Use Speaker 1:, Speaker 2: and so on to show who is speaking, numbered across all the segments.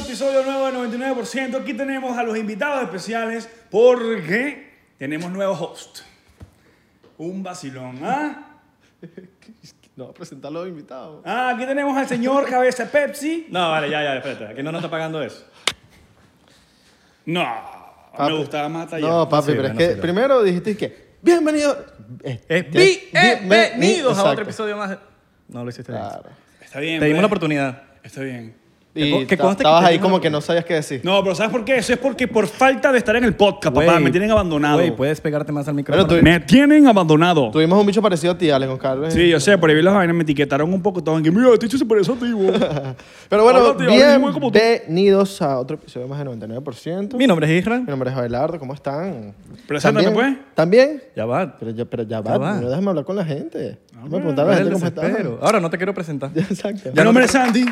Speaker 1: episodio nuevo de 99%. Aquí tenemos a los invitados especiales porque tenemos nuevo host. Un vacilón, ¿ah?
Speaker 2: No, presentar los invitados.
Speaker 1: Ah, aquí tenemos al señor Cabeza Pepsi.
Speaker 3: No, vale, ya, ya, espérate. Aquí no nos está pagando eso.
Speaker 1: No,
Speaker 2: Papi.
Speaker 1: me gustaba más hasta allá.
Speaker 2: No, papi,
Speaker 3: Sí,
Speaker 2: pero es
Speaker 3: bueno,
Speaker 2: que
Speaker 3: sí, lo-
Speaker 2: primero dijiste que bienvenido. eh, bi-
Speaker 3: Bienvenidos a
Speaker 2: exacto.
Speaker 3: otro episodio más. de- No lo hiciste bien.
Speaker 2: Claro.
Speaker 1: Está bien.
Speaker 3: Te dimos la
Speaker 1: pues.
Speaker 3: oportunidad.
Speaker 1: Está bien.
Speaker 2: Y
Speaker 3: co- que
Speaker 2: ta-
Speaker 3: conste que
Speaker 2: estabas ahí
Speaker 3: tenemos
Speaker 2: como
Speaker 3: una-
Speaker 2: que no sabías qué decir.
Speaker 1: No, pero ¿sabes por qué? Eso es porque por falta de estar en el podcast, papá.
Speaker 3: Güey,
Speaker 1: Me tienen abandonado.
Speaker 3: Güey, pues. puedes pegarte más al
Speaker 2: Pero
Speaker 3: micrófono.
Speaker 2: tú-
Speaker 1: Me tienen abandonado.
Speaker 2: Tuvimos un bicho parecido a ti, Alex Goncalves.
Speaker 1: Sí, yo sé, por ahí vi las vainas, me etiquetaron un poco. Estaban que, mira, este hecho se parece a ti, güey.
Speaker 2: Pero bueno,
Speaker 1: Habla, tío, habla igual como tú.
Speaker 2: bienvenidos a otro episodio más de 99%.
Speaker 3: Mi
Speaker 2: Mi
Speaker 3: nombre es Isra.
Speaker 2: nombre es Abelardo, ¿cómo están?
Speaker 1: Preséntate,
Speaker 2: ¿También?
Speaker 1: pues.
Speaker 2: ¿También?
Speaker 3: Ya va.
Speaker 2: Pero ya, pero ya
Speaker 3: Ya
Speaker 2: va,
Speaker 3: va.
Speaker 2: no déjame hablar con la gente. No, me preguntaron a la
Speaker 3: Pero
Speaker 2: gente
Speaker 3: el
Speaker 2: cómo está.
Speaker 3: desespero. Ahora no te quiero presentar.
Speaker 2: Ya, Exacto.
Speaker 1: Mi nombre es Santi.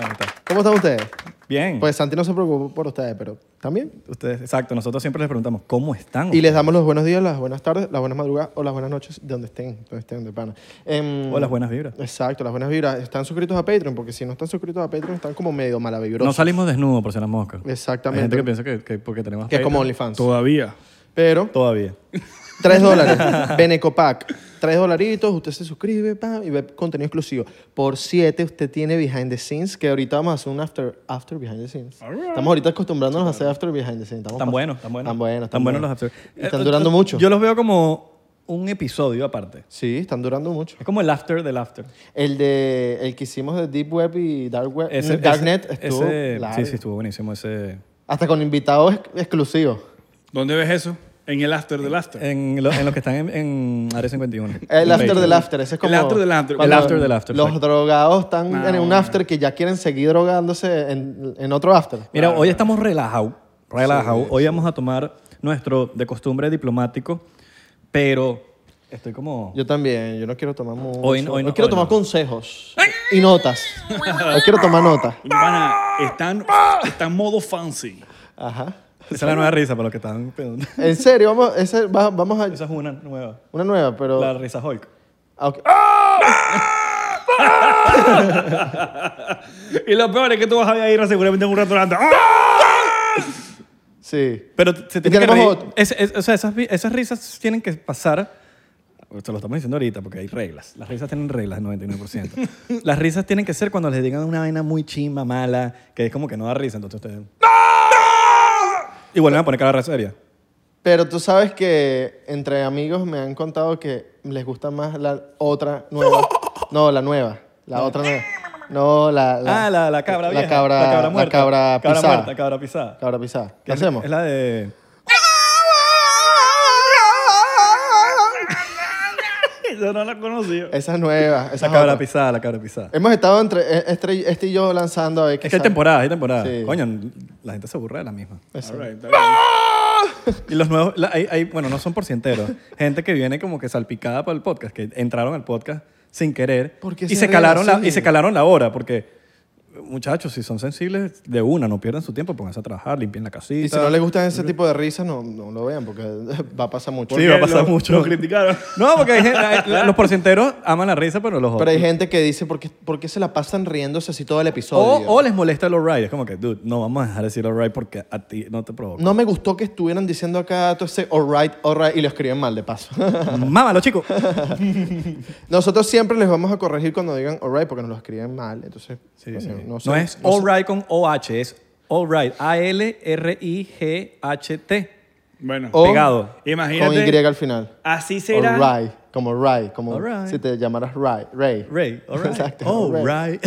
Speaker 3: No, no está.
Speaker 2: ¿Cómo están ustedes?
Speaker 3: Bien.
Speaker 2: Pues Santi no se preocupó por ustedes, pero también.
Speaker 3: Ustedes, exacto, nosotros siempre les preguntamos, ¿cómo están?
Speaker 2: Y les damos los buenos días, las buenas tardes, las buenas madrugadas o las buenas noches, de donde estén, donde estén, de pana. Em,
Speaker 3: O las buenas vibras.
Speaker 2: Exacto, las buenas vibras. Están suscritos a Patreon, porque si no están suscritos a Patreon, están como medio malavibrosos.
Speaker 3: No salimos desnudos por ser las moscas. Hay
Speaker 2: Exactamente.
Speaker 3: gente que piensa que, que porque tenemos
Speaker 2: que es
Speaker 3: pelo.
Speaker 2: como OnlyFans.
Speaker 1: Todavía.
Speaker 2: Pero,
Speaker 3: Todavía.
Speaker 2: 3 dólares. Benecopac. 3 dolaritos, usted se suscribe pa, y ve contenido exclusivo. Por 7, usted tiene behind the scenes, que ahorita vamos a hacer un after, after behind the scenes. Estamos ahorita acostumbrándonos a hacer after behind the scenes. Estamos
Speaker 3: Tan
Speaker 2: pas-
Speaker 3: buenos, tan buenos.
Speaker 2: Tan buenos,
Speaker 3: Tan buenos los absurdos. Eh,
Speaker 2: Y Están durando mucho.
Speaker 3: Yo los veo como un episodio aparte.
Speaker 2: Sí, están durando mucho.
Speaker 3: Es como el after del after.
Speaker 2: El de el que hicimos de Deep Web y Dark Web,
Speaker 3: Ese-
Speaker 2: Darknet
Speaker 3: ese-
Speaker 2: estuvo
Speaker 3: ese-
Speaker 2: largo.
Speaker 3: Sí, sí, estuvo buenísimo ese.
Speaker 2: hasta con invitados ex- exclusivos.
Speaker 1: ¿Dónde ves eso? En el after del after.
Speaker 3: En, lo- en los que están en, en Área 51.
Speaker 2: El
Speaker 3: En
Speaker 2: after
Speaker 3: Facebook.
Speaker 2: del after, ese es como
Speaker 1: El after del after.
Speaker 2: cuando
Speaker 3: El after del after,
Speaker 2: Los
Speaker 3: exacto.
Speaker 2: drogados están en un after que ya quieren seguir drogándose en, en otro after.
Speaker 3: Mira, hoy estamos relajados. Relajados. hoy vamos a tomar nuestro de costumbre diplomático, pero estoy como.
Speaker 2: Yo también, yo no quiero tomar mucho.
Speaker 3: Hoy no- hoy
Speaker 2: no
Speaker 3: no-
Speaker 2: quiero
Speaker 3: hoy
Speaker 2: tomar
Speaker 3: no.
Speaker 2: consejos y notas. No quiero tomar notas.
Speaker 1: Pana, están, están modo fancy.
Speaker 2: Ajá.
Speaker 3: Esa es la nueva risa para los que están. pensando.
Speaker 2: En serio, vamos, ese- va- vamos a
Speaker 3: Esa es una nueva.
Speaker 2: una nueva, pero
Speaker 3: La risa Hulk.
Speaker 2: ah, ok.
Speaker 1: Y lo peor es que tú vas a ir a seguramente en un restaurante.
Speaker 2: sí.
Speaker 3: Pero se tiene que
Speaker 2: tenemos
Speaker 3: reír.
Speaker 2: otro.
Speaker 3: Es- es- o sea, esas, vi- esas risas tienen que pasar. Se lo estamos diciendo ahorita porque hay reglas. Las risas tienen reglas, 99%. Las risas tienen que ser cuando les digan una vaina muy chimba, mala, que es como que no da risa. Entonces ustedes. Y vuelven a poner cara seria.
Speaker 2: Pero tú sabes que entre amigos me han contado que les gusta más la otra nueva. No, la nueva. La otra nueva. No, la.
Speaker 3: Ah, la, la cabra vieja.
Speaker 2: La cabra,
Speaker 3: La cabra muerta.
Speaker 2: La cabra pisada.
Speaker 3: muerta, cabra pisada.
Speaker 2: Cabra pisada.
Speaker 3: Que
Speaker 2: ¿Qué
Speaker 3: es-
Speaker 2: hacemos?
Speaker 3: Es la de...
Speaker 1: Yo no la conocía.
Speaker 2: Esa es nueva. Esa
Speaker 3: La
Speaker 2: es
Speaker 3: cabra
Speaker 2: otra.
Speaker 3: pisada, la cabra pisada.
Speaker 2: Hemos estado entre e- este, este y yo lanzando a ver qué
Speaker 3: Es que hay
Speaker 2: sale.
Speaker 3: temporadas, hay temporadas.
Speaker 2: Sí.
Speaker 3: Coño, la gente se aburre de la misma.
Speaker 2: Eso.
Speaker 3: Y los nuevos, la- hay, hay- bueno, no son por si enteros. Gente que viene como que salpicada para el podcast, que entraron al podcast sin querer
Speaker 2: ¿Por qué
Speaker 3: y
Speaker 2: se
Speaker 3: se, calaron
Speaker 2: ríen
Speaker 3: la,
Speaker 2: así?
Speaker 3: y se calaron la hora porque muchachos, si son sensibles de una, no pierdan su tiempo, pónganse a trabajar, limpien la casita.
Speaker 2: Y si no les gustan ese tipo de risas, no, no lo vean porque va a pasar mucho.
Speaker 3: Sí, va a pasar mucho.
Speaker 1: Lo criticaron.
Speaker 3: No, porque hay gente- hay- los porcienteros aman la risa, pero los
Speaker 2: Pero hay
Speaker 3: otros-
Speaker 2: gente que dice, ¿por qué, por qué se la pasan riéndose así todo el
Speaker 3: o,
Speaker 2: episodio?
Speaker 3: o les molesta el alright, es como que, dude, no vamos a dejar de decir alright porque a ti no te provoca.
Speaker 2: No me gustó que estuvieran diciendo acá todo ese alright, alright, y lo escriben mal de paso.
Speaker 3: Mámalo, chicos.
Speaker 2: Nosotros siempre les vamos a corregir cuando digan alright porque nos lo escriben mal. Entonces, no, sé, no sé,
Speaker 3: No es
Speaker 2: no sé.
Speaker 3: alright con OH, es alright. A-L-R-I-G-H-T.
Speaker 1: Bueno,
Speaker 2: O
Speaker 3: pegado.
Speaker 2: Con
Speaker 1: imagínate.
Speaker 2: Y al final.
Speaker 1: Oh. Así será.
Speaker 2: Alright, como Ray, como
Speaker 3: Alright.
Speaker 2: si te llamaras Ray. Ray.
Speaker 3: Ray, Oh, alright.
Speaker 2: Exacto,
Speaker 3: Alright.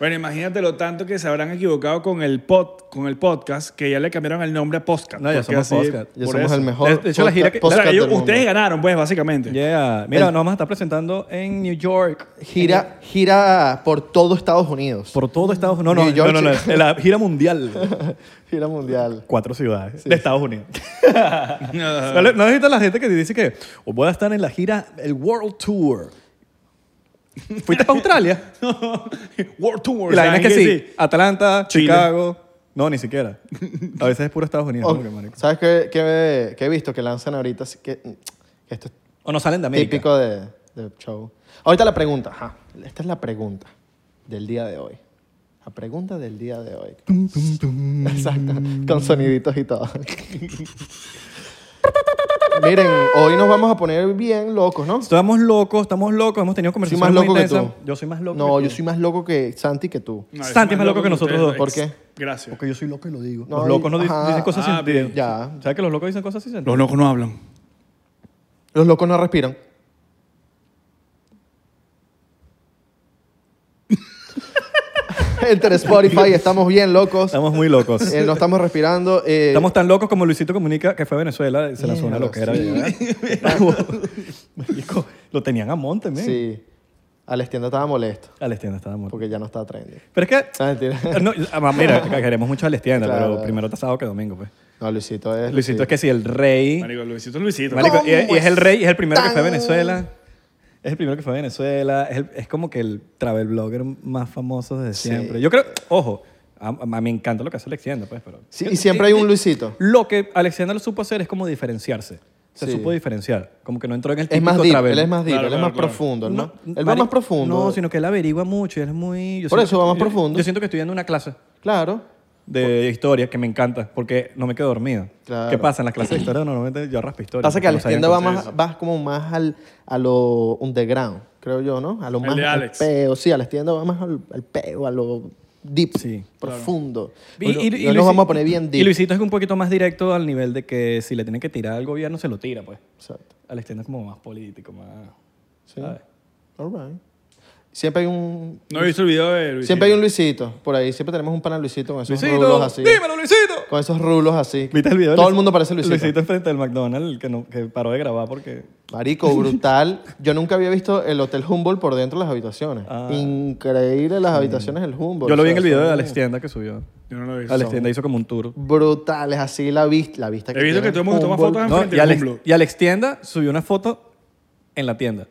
Speaker 1: Bueno, imagínate lo tanto que se habrán equivocado con el pod, con el podcast, que ya le cambiaron el nombre a podcast.
Speaker 3: No, ya
Speaker 1: porque
Speaker 3: somos
Speaker 1: así-
Speaker 3: podcast.
Speaker 2: Ya
Speaker 1: por
Speaker 2: somos
Speaker 1: eso.
Speaker 2: el mejor.
Speaker 3: De hecho, la gira que-
Speaker 1: O sea,
Speaker 2: podcast
Speaker 1: ellos-
Speaker 2: del mundo.
Speaker 1: ustedes ganaron, pues, básicamente.
Speaker 3: Yeah. Mira,
Speaker 2: El-
Speaker 3: nos vamos a estar presentando en New York.
Speaker 2: Gira, gira por todo Estados Unidos.
Speaker 3: Por todo Estados Unidos. No, no,
Speaker 2: New York,
Speaker 3: no, no, no,
Speaker 2: sí.
Speaker 3: La gira mundial.
Speaker 2: gira mundial.
Speaker 3: Cuatro ciudades de Estados Unidos.
Speaker 2: Ah.
Speaker 3: no, le- no necesita la gente que dice que "O voy a estar en la gira, el World Tour. ¿Fuiste para Australia?
Speaker 1: World Tour.
Speaker 3: Y la vaina
Speaker 1: ¿saben
Speaker 3: es que
Speaker 1: qué?
Speaker 3: sí. Atlanta,
Speaker 1: Chile.
Speaker 3: Chicago. No, ni siquiera. A veces es puro Estados Unidos.
Speaker 2: Oh,
Speaker 3: como que, marico.
Speaker 2: ¿Sabes qué, qué- qué he visto? Que lanzan ahorita, así que, que esto es
Speaker 3: O no salen de América.
Speaker 2: típico de, de show. Ahorita la pregunta. ajá. Esta es la pregunta del día de hoy. La pregunta del día de hoy. Exacto. Con soniditos y todo. Miren, hoy nos vamos a poner bien locos, ¿no?
Speaker 3: Estamos locos, estamos locos, hemos tenido
Speaker 2: Soy
Speaker 3: conversaciones
Speaker 2: más
Speaker 3: muy
Speaker 2: loco que
Speaker 3: intensas.
Speaker 2: tú.
Speaker 3: Yo soy más loco.
Speaker 2: No,
Speaker 3: que
Speaker 2: yo
Speaker 3: tú.
Speaker 2: soy más loco que Santi que tú.
Speaker 1: No, es
Speaker 3: Santi es más loco que nosotros
Speaker 1: ustedes, eh.
Speaker 2: dos.
Speaker 1: ex.
Speaker 2: ¿Por
Speaker 1: Gracias.
Speaker 3: Porque yo soy loco y lo digo.
Speaker 2: No,
Speaker 3: los locos no di-
Speaker 2: ajá.
Speaker 3: dicen cosas
Speaker 1: Ah,
Speaker 3: sin
Speaker 1: bien.
Speaker 3: sentido.
Speaker 2: Ya.
Speaker 3: ¿Sabes que los locos dicen cosas sin sentido?
Speaker 1: Los locos no hablan.
Speaker 2: Los locos no respiran. Entre Spotify estamos bien locos.
Speaker 3: Estamos muy locos.
Speaker 2: Eh, no estamos respirando. eh,
Speaker 3: Estamos tan locos como Luisito Comunica, que fue a Venezuela, y se lanzó una
Speaker 2: Mierda,
Speaker 3: loquera.
Speaker 2: sí.
Speaker 3: ¿verdad? Marico, lo tenían a monte, men.
Speaker 2: Sí. Alex Tienda estaba molesto
Speaker 3: Alestienda estaba a monte.
Speaker 2: porque ya no estaba trending.
Speaker 3: Pero es que...
Speaker 2: Ah, mentira.
Speaker 3: No, ah, mira, que queremos mucho a Alestienda,
Speaker 2: Claro,
Speaker 3: pero
Speaker 2: claro.
Speaker 3: primero está sábado que domingo, pues.
Speaker 2: No, Luisito es.
Speaker 3: Luisito es que si el rey...
Speaker 1: Marico, Luisito, Luisito.
Speaker 3: Marico, y,
Speaker 2: ¿Cómo
Speaker 3: y es el rey, y es el primero que
Speaker 2: tan-
Speaker 3: fue a Venezuela. Es el primero que fue a Venezuela. Es, el- es como que el travel blogger más famoso desde
Speaker 2: Sí.
Speaker 3: siempre. Yo creo, ojo, a, a- me encanta lo que hace Alexander, pues, pero...
Speaker 2: Sí, y siempre hay un Luisito.
Speaker 3: Lo que Alexander supo hacer es como diferenciarse. Se
Speaker 2: Sí.
Speaker 3: supo diferenciar. Como que no entró en el
Speaker 2: Es
Speaker 3: típico
Speaker 2: más deep,
Speaker 3: travel.
Speaker 2: él es más deep,
Speaker 1: Claro,
Speaker 2: él es más
Speaker 1: claro, claro.
Speaker 2: profundo. él
Speaker 3: No,
Speaker 2: más- él va
Speaker 3: Mari-
Speaker 2: más profundo.
Speaker 3: No, sino que él averigua mucho y él es muy... yo
Speaker 2: Por
Speaker 3: siento
Speaker 2: eso
Speaker 3: que-
Speaker 2: va más
Speaker 3: yo-
Speaker 2: profundo.
Speaker 3: Yo siento que estoy dando una clase
Speaker 2: Claro.
Speaker 3: de historia que me encanta porque no me quedo dormido.
Speaker 2: Claro.
Speaker 3: ¿Qué pasa? En las clases de historia normalmente yo raspo historia.
Speaker 2: Pasa que
Speaker 3: porque no
Speaker 2: Alex
Speaker 3: sabía
Speaker 2: Tienda va
Speaker 3: cosas.
Speaker 2: más, vas como más al, a lo underground, creo yo, ¿no? A lo
Speaker 1: El
Speaker 2: más
Speaker 1: de
Speaker 2: al
Speaker 1: Alex.
Speaker 2: peo. Sí, Alex Tienda va más al, al peo, a lo deep,
Speaker 3: Sí,
Speaker 2: profundo.
Speaker 3: Y-
Speaker 2: Bueno,
Speaker 3: y- y
Speaker 2: hoy
Speaker 3: Luisi-
Speaker 2: nos vamos a poner bien
Speaker 3: Y
Speaker 2: deep.
Speaker 3: Luisito es un poquito más directo al nivel de que si le tienen que tirar al gobierno, se lo tira, pues.
Speaker 2: Exacto.
Speaker 3: Alex Tienda es como más político, más...
Speaker 2: Sí.
Speaker 3: ¿sabes?
Speaker 2: All right. Siempre hay un...
Speaker 1: No he visto el video de Luisito.
Speaker 2: Siempre hay un Luisito por ahí. Siempre tenemos un pana Luisito con esos rulos
Speaker 3: Luisito,
Speaker 2: así.
Speaker 3: dímelo, Luisito.
Speaker 2: Con esos rulos así.
Speaker 3: ¿Viste el video? de
Speaker 2: Todo
Speaker 3: Luis-
Speaker 2: el mundo parece Luisito.
Speaker 3: Luisito enfrente del McDonald's que, no- que paró de grabar porque...
Speaker 2: Marico, brutal. Yo nunca había visto el Hotel Humboldt por dentro de las habitaciones.
Speaker 3: Ah. Mm.
Speaker 2: Increíble las habitaciones del Humboldt.
Speaker 3: Yo lo
Speaker 2: O
Speaker 3: vi en
Speaker 2: sea,
Speaker 3: el video
Speaker 2: son
Speaker 3: de Alex Tienda que subió.
Speaker 1: Yo no lo he visto.
Speaker 3: Alex Tienda hizo como un tour.
Speaker 2: Brutales, así la vista, la vista
Speaker 1: He visto que
Speaker 2: tiene
Speaker 1: todo el mundo toma
Speaker 2: Humboldt.
Speaker 1: fotos en
Speaker 3: No,
Speaker 1: frente
Speaker 3: y,
Speaker 1: del
Speaker 3: Alex,
Speaker 1: Humboldt.
Speaker 3: y Alex Tienda subió una foto en la tienda.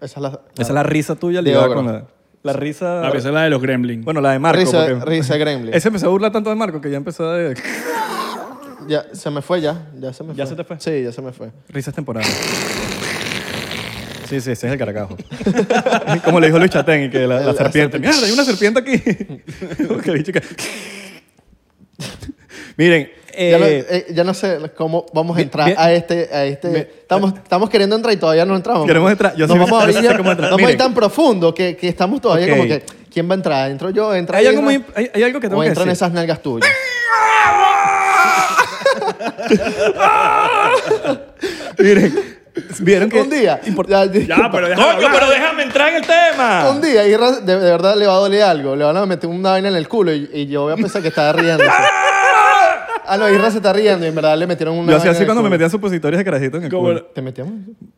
Speaker 2: Esa es la
Speaker 3: Esa es la risa tuya
Speaker 2: De
Speaker 3: ligada
Speaker 2: ogro.
Speaker 3: con la... La risa...
Speaker 1: A pesar de la de los Gremlins.
Speaker 3: Bueno, la de Marco.
Speaker 2: risa,
Speaker 3: porque-
Speaker 2: risa de Gremlin.
Speaker 3: Ese empezó a burlar tanto de Marco que ya empezó a... de-
Speaker 2: Ya, se me fue ya, ya se me fue.
Speaker 3: ¿Ya se te fue?
Speaker 2: Sí, ya se me fue.
Speaker 3: Risas temporales. Sí, sí, ese es el caracajo. Como le dijo Luis Chatén, y que la, la
Speaker 2: La
Speaker 3: serpiente.
Speaker 2: serpiente.
Speaker 3: Mierda, hay una serpiente aquí. Ok, chica. Miren,
Speaker 2: ya, lo-
Speaker 3: eh,
Speaker 2: eh, ya no sé cómo vamos a
Speaker 3: bien,
Speaker 2: entrar
Speaker 3: bien.
Speaker 2: a este... A este
Speaker 3: Bien. Eh,
Speaker 2: estamos, estamos queriendo entrar y todavía no entramos.
Speaker 3: Queremos entrar, yo
Speaker 2: Nos
Speaker 3: sí-
Speaker 2: vamos a
Speaker 3: yo sí
Speaker 2: abrir-
Speaker 3: sé cómo
Speaker 2: nos
Speaker 3: entrar.
Speaker 2: vamos a ir
Speaker 3: Miren.
Speaker 2: tan profundo que, que estamos todavía
Speaker 3: Ok.
Speaker 2: como que... ¿Quién va a entrar? ¿Entro yo? ¿Entra
Speaker 3: hay,
Speaker 2: Irra?
Speaker 3: algo muy, hay, hay algo que tengo
Speaker 2: O
Speaker 3: que
Speaker 2: entran
Speaker 3: decir.
Speaker 2: esas nalgas tuyas.
Speaker 3: Miren, vieron que...
Speaker 2: Un día.
Speaker 3: Import-
Speaker 2: ya-
Speaker 1: Ya, pero déjame
Speaker 3: ¡Coño,
Speaker 1: hablar.
Speaker 3: pero déjame entrar en el tema!
Speaker 2: Un día, Irra, de, de verdad le va a doler algo. Le van a meter una vaina en el culo y, y yo voy a pensar que estaba riendo. ah, no, Irra se está riendo y en verdad le metieron una.
Speaker 3: Yo
Speaker 2: vaina
Speaker 3: hacía
Speaker 2: en
Speaker 3: así
Speaker 2: el
Speaker 3: cuando me
Speaker 2: culo.
Speaker 3: metían supositorios de carajito en el
Speaker 1: Como
Speaker 3: culo.
Speaker 1: el-
Speaker 2: ¿Te metíamos?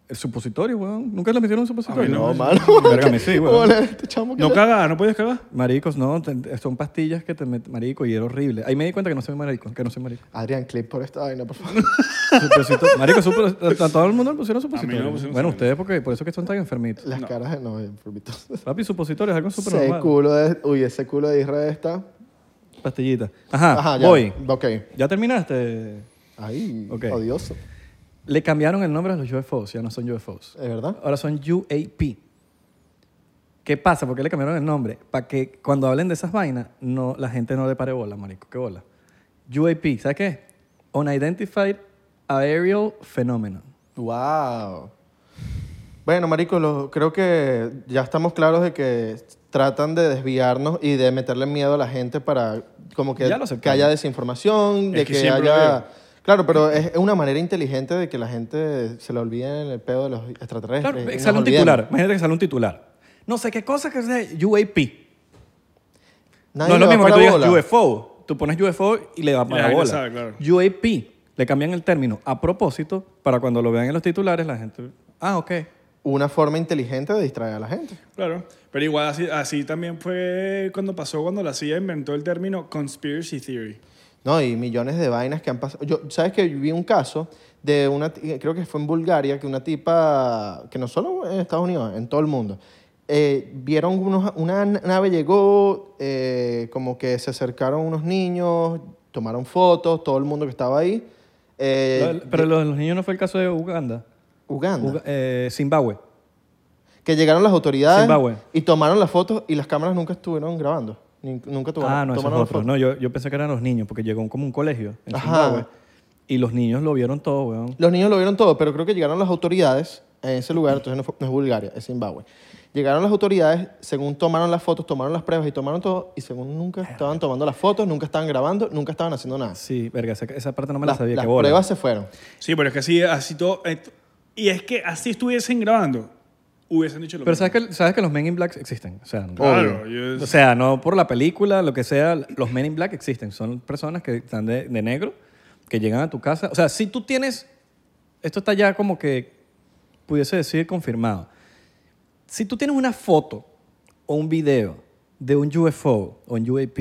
Speaker 3: ¿El supositorio, weón? ¿Nunca le metieron un supositorio?
Speaker 1: A mí no.
Speaker 2: No, mano.
Speaker 3: Verga, me sí, weón.
Speaker 2: Hola, este chamo que
Speaker 1: No
Speaker 2: le-
Speaker 1: cagas, no puedes cagar.
Speaker 3: Maricos, no, te- son pastillas que te meten, marico, y era horrible. Ahí me di cuenta que no soy marico, que no soy marico.
Speaker 2: Adrián, clip por esta vaina, por favor.
Speaker 3: Suposito- marico, supo- a todo el mundo le pusieron supositorio.
Speaker 1: me pusieron supositorio.
Speaker 3: bueno, ustedes porque por eso que están tan enfermitos.
Speaker 2: Las caras de no, enfermito.
Speaker 3: Papi, supositorio es algo súper
Speaker 2: Ese
Speaker 3: normal.
Speaker 2: culo de. Uy, ese culo de Irra está.
Speaker 3: Pastillita. Ajá,
Speaker 2: Ajá, ya.
Speaker 3: Ah, voy.
Speaker 2: Ok.
Speaker 3: ¿Ya terminaste?
Speaker 2: Ay,
Speaker 3: Ok.
Speaker 2: odioso.
Speaker 3: Le cambiaron el nombre a los UFOs, ya no son UFOs.
Speaker 2: ¿Es verdad?
Speaker 3: Ahora son UAP. ¿Qué pasa? ¿Por qué le cambiaron el nombre? Para que cuando hablen de esas vainas, no, la gente no le pare bola, marico. ¿Qué bola? UAP, ¿sabes qué? es? Unidentified Aerial Phenomenon.
Speaker 2: Wow. Bueno, marico, lo- creo que ya estamos claros de que tratan de desviarnos y de meterle miedo a la gente para como que,
Speaker 3: Ya lo aceptamos.
Speaker 2: que haya desinformación, de
Speaker 1: Es que
Speaker 2: que,
Speaker 1: siempre lo digo.
Speaker 2: haya... Claro, pero es es una manera inteligente de que la gente se le olvide el pedo de los extraterrestres.
Speaker 3: Claro,
Speaker 2: Eh, y nos
Speaker 3: sale un
Speaker 2: olvidemos.
Speaker 3: titular. Imagínate que sale un titular. No sé qué cosa que es de UAP.
Speaker 2: Nadie
Speaker 3: no es
Speaker 2: le
Speaker 3: lo
Speaker 2: va
Speaker 3: mismo que
Speaker 2: para
Speaker 3: tú digas
Speaker 2: bola.
Speaker 3: UFO. Tú pones UFO y le da
Speaker 1: Y la
Speaker 3: para
Speaker 1: gente
Speaker 3: bola.
Speaker 1: sabe, claro.
Speaker 3: UAP. Le cambian el término a propósito para cuando lo vean en los titulares la gente... Ah, ok.
Speaker 2: Eh, Una forma inteligente de distraer a la gente.
Speaker 1: Claro. Pero igual así, así también fue cuando pasó cuando la CIA inventó el término conspiracy theory.
Speaker 2: No, y millones de vainas que han pasado. Yo, ¿Sabes que vi un caso de una, ti- creo que fue en Bulgaria, que una tipa, que no solo en Estados Unidos, en todo el mundo, eh, vieron unos, una nave llegó, eh, como que se acercaron unos niños, tomaron fotos, todo el mundo que estaba ahí. Eh,
Speaker 3: Lo del- pero lo de los niños no fue el caso de Uganda.
Speaker 2: Uganda.
Speaker 3: Uga- eh, Zimbabue.
Speaker 2: que llegaron las autoridades
Speaker 3: Zimbabue.
Speaker 2: y tomaron las fotos y las cámaras nunca estuvieron grabando. Ni- nunca tomaron,
Speaker 3: Ah, no, eso es
Speaker 2: tomaron las
Speaker 3: otro.
Speaker 2: fotos.
Speaker 3: No, yo, yo pensé que eran los niños, porque llegó como un colegio en
Speaker 2: Ajá.
Speaker 3: Zimbabue. Y los niños lo vieron todo, weón.
Speaker 2: Los niños lo vieron todo, pero creo que llegaron las autoridades en ese lugar, entonces no, fue- no es Bulgaria, es Zimbabue. Llegaron las autoridades, según tomaron las fotos, tomaron las pruebas y tomaron todo, y según nunca estaban tomando las fotos, nunca estaban grabando, nunca estaban haciendo nada.
Speaker 3: Sí, verga, esa, esa parte no me la,
Speaker 2: Las,
Speaker 3: sabía.
Speaker 2: las
Speaker 3: qué bola.
Speaker 2: pruebas se fueron.
Speaker 1: Sí, pero es que así, así todo. eh, Y es que así estuviesen grabando, hubiesen dicho lo
Speaker 3: Pero
Speaker 1: mismo.
Speaker 3: sabes que, sabes que los Men in Black existen. O sea, no-
Speaker 1: Claro, yo-
Speaker 3: o sea, no por la película, lo que sea, los Men in Black existen. Son personas que están de, de negro, que llegan a tu casa. O sea, si tú tienes. Esto está ya como que pudiese decir confirmado. Si tú tienes una foto o un video de un UFO o un UAP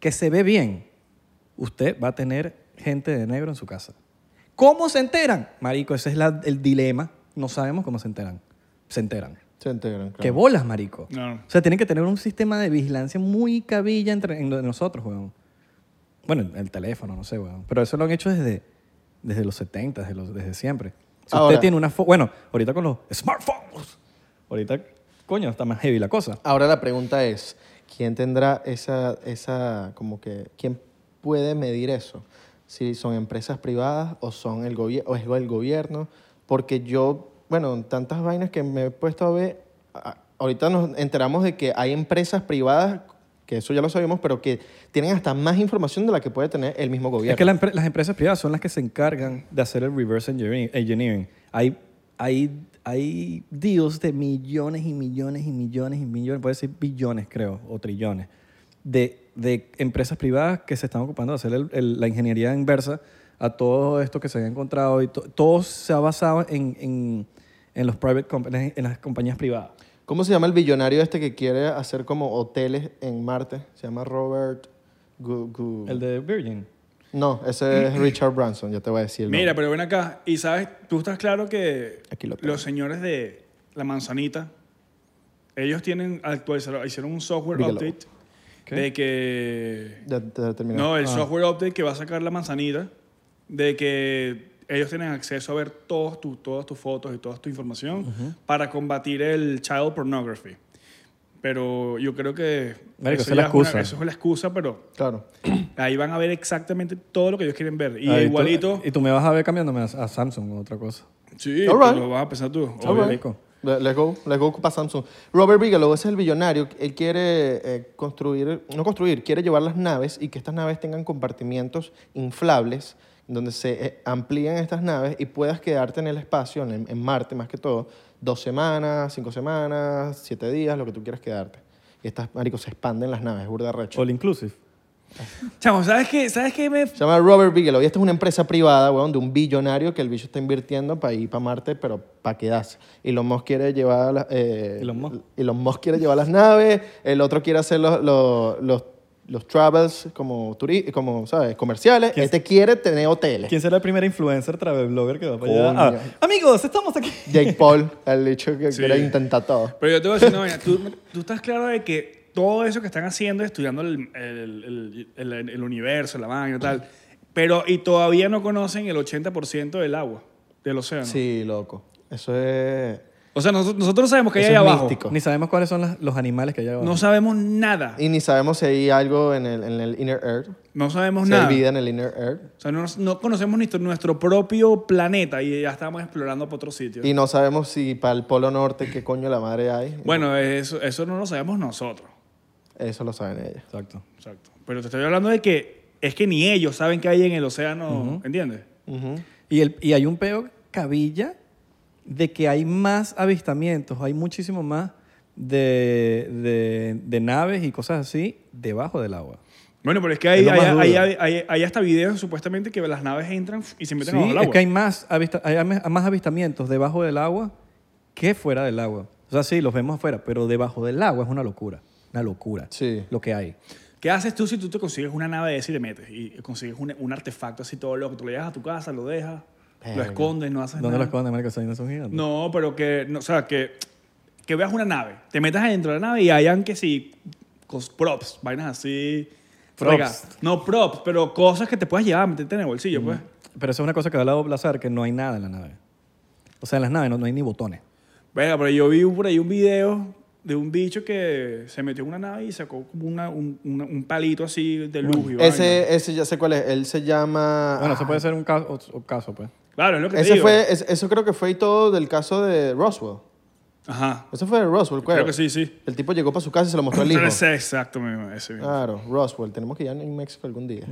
Speaker 3: que se ve bien, usted va a tener gente de negro en su casa. ¿Cómo se enteran? Marico, ese es la- el dilema. No sabemos cómo se enteran. Se enteran.
Speaker 2: Se enteran. claro.
Speaker 3: ¿Qué bolas, marico?
Speaker 1: No.
Speaker 3: O sea, tienen que tener un sistema de vigilancia muy cabilla entre en- en nosotros, weón. Bueno, el teléfono, no sé, weón. Pero eso lo han hecho desde, desde los 70, desde, los- desde siempre. Si
Speaker 2: Ahora-
Speaker 3: usted tiene una foto... Bueno, ahorita con los smartphones. Ahorita, coño, está más heavy la cosa.
Speaker 2: Ahora la pregunta es, ¿quién tendrá esa, esa, como que, quién puede medir eso? Si son empresas privadas o son el gobierno, o es el gobierno, porque yo, bueno, tantas vainas que me he puesto a ver, a- ahorita nos enteramos de que hay empresas privadas, que eso ya lo sabemos, pero que tienen hasta más información de la que puede tener el mismo gobierno.
Speaker 3: Es que la empre- las empresas privadas son las que se encargan de hacer el reverse engineering. engineering. Hay, hay, hay deals de millones y millones y millones y millones, puede decir billones, creo, o trillones, de, de empresas privadas que se están ocupando de hacer el- el- la ingeniería inversa a todo esto que se ha encontrado y to- todo se ha basado en, en, en los private companies, en las compañías privadas.
Speaker 2: ¿Cómo se llama el billonario este que quiere hacer como hoteles en Marte? Se llama Robert... Gu- Gu-
Speaker 3: El de Virgin.
Speaker 2: No, ese es Richard Branson, ya te voy a decir. el nombre.
Speaker 1: Mm. Mira, pero ven acá. Y sabes, tú estás claro que
Speaker 2: Aquí lo tengo.
Speaker 1: los señores de la manzanita, ellos tienen actualizaron, hicieron un software
Speaker 2: Bigelow.
Speaker 1: update
Speaker 3: ¿Qué? Ah.
Speaker 1: de que
Speaker 2: Ya te terminé.
Speaker 1: No, el software update que va a sacar la manzanita, de que ellos tienen acceso a ver todos tu- todas tus fotos y toda tu información para combatir el child pornography. Pero yo creo que
Speaker 3: Marico, esa es
Speaker 1: ya
Speaker 3: la
Speaker 1: es una-
Speaker 3: excusa.
Speaker 1: eso es la excusa, pero
Speaker 2: Claro.
Speaker 1: ahí van a ver exactamente todo lo que ellos quieren ver. Y
Speaker 3: Ah, tú-
Speaker 1: igualito,
Speaker 3: y tú me vas a ver cambiándome a, a Samsung o otra cosa.
Speaker 1: sí,
Speaker 2: All right.
Speaker 1: lo vas a pensar tú.
Speaker 3: All
Speaker 1: obvio.
Speaker 3: right. Rico.
Speaker 2: Le- Let's go, let's go para Samsung. Robert Bigelow ese es el billonario. Él quiere eh, construir, no construir, quiere llevar las naves y que estas naves tengan compartimientos inflables donde se eh, amplíen estas naves y puedas quedarte en el espacio, en, el- en Marte más que todo, dos semanas, cinco semanas, siete días, lo que tú quieras quedarte. Y estas, marico, se expanden las naves, burda recho.
Speaker 3: All inclusive.
Speaker 1: Chamo, ¿sabes qué? ¿Sabes qué? Me...
Speaker 2: Se llama Robert Bigelow y esta es una empresa privada, weón, de un billonario que el bicho está invirtiendo para ir para Marte, pero para quedarse. Elon Musk quiere llevar las... eh,
Speaker 3: Elon Musk.
Speaker 2: Elon Musk quiere llevar las naves, el otro quiere hacer los, los, los, los travels como, turi- como, ¿sabes? comerciales,
Speaker 3: ¿Quién-
Speaker 2: este quiere tener hoteles.
Speaker 3: ¿Quién será el primer influencer travel blogger que va para
Speaker 2: Coño.
Speaker 3: allá? Ah, amigos, estamos aquí.
Speaker 2: Jake Paul, el bicho que
Speaker 1: Sí.
Speaker 2: quiere intentar todo.
Speaker 1: Pero yo te voy a decir una vaina. ¿Tú, tú estás claro de que todo eso que están haciendo, estudiando el, el- el- el- el universo, la vaina y tal, pero y todavía no conocen el 80% del agua, del océano.
Speaker 2: Sí, loco. Eso es...
Speaker 1: O sea, nosotros, nosotros sabemos que hay
Speaker 2: Eso
Speaker 1: ahí
Speaker 2: es
Speaker 1: abajo.
Speaker 2: místico.
Speaker 3: Ni sabemos cuáles son las- los animales que hay abajo.
Speaker 1: No sabemos nada.
Speaker 2: Y ni sabemos si hay algo en el, en el Inner Earth.
Speaker 1: No sabemos
Speaker 2: Si hay
Speaker 1: nada.
Speaker 2: vida en el Inner Earth.
Speaker 1: O sea, no, no conocemos ni nuestro propio planeta y ya estamos explorando para otro sitio.
Speaker 2: Y no sabemos si para el Polo Norte qué coño la madre hay.
Speaker 1: Bueno, eso, eso no lo sabemos nosotros.
Speaker 2: Eso lo saben ellas.
Speaker 3: Exacto.
Speaker 1: Exacto. Pero te estoy hablando de que es que ni ellos saben que hay en el océano, ¿entiendes?
Speaker 3: Y, el, y hay un peo cabilla de que hay más avistamientos, hay muchísimo más de, de- de naves y cosas así debajo del agua.
Speaker 1: Bueno, pero es que hay,
Speaker 3: Es lo
Speaker 1: hay,
Speaker 3: más
Speaker 1: hay,
Speaker 3: duro.
Speaker 1: hay- hay- hay hasta videos supuestamente que las naves entran y se meten
Speaker 3: Sí,
Speaker 1: abajo del
Speaker 3: es
Speaker 1: agua.
Speaker 3: que hay más, avista- hay am- más avistamientos debajo del agua que fuera del agua. O sea, sí, los vemos afuera, pero debajo del agua es una locura. Una locura.
Speaker 2: Sí.
Speaker 3: Lo que hay.
Speaker 1: ¿Qué haces tú si tú te consigues una nave de esa y te metes? Y consigues un, un artefacto así todo loco. Tú lo llevas a tu casa, lo dejas, lo
Speaker 2: Verga.
Speaker 1: escondes, Ah, no haces
Speaker 3: ¿Dónde
Speaker 1: nada.
Speaker 3: los esconden, marico? Esas vainas son gigantes.
Speaker 1: No, pero que, no, o sea, que, que veas una nave, te metas adentro de la nave y hayan que sí, cos- props, vainas así.
Speaker 3: Props.
Speaker 1: Verga, No props, pero cosas que te puedas llevar, meterte en el bolsillo, pues.
Speaker 3: Pero eso es una cosa que hablaba Blazar, que no hay nada en la nave. O sea, en las naves no, no hay ni botones.
Speaker 1: Venga, pero yo vi por ahí un video de un bicho que se metió en una nave y sacó como una- un, una- un palito así de luz. y vaina.
Speaker 2: Ese, ese ya sé cuál es. Él se llama. ah,
Speaker 3: Bueno, eso puede ser un caso, otro caso pues.
Speaker 1: Claro, es lo que te
Speaker 2: Ese
Speaker 1: digo.
Speaker 2: fue, es- eso creo que fue y todo del caso de Roswell.
Speaker 1: Ajá.
Speaker 2: Eso fue de Roswell,
Speaker 1: Creo
Speaker 2: creo.
Speaker 1: que sí, sí.
Speaker 2: El tipo llegó para su casa y se lo mostró al hijo. Ah.
Speaker 1: Pero ese exacto mismo, ese mismo.
Speaker 2: Claro, Roswell. Tenemos que ir a México algún día.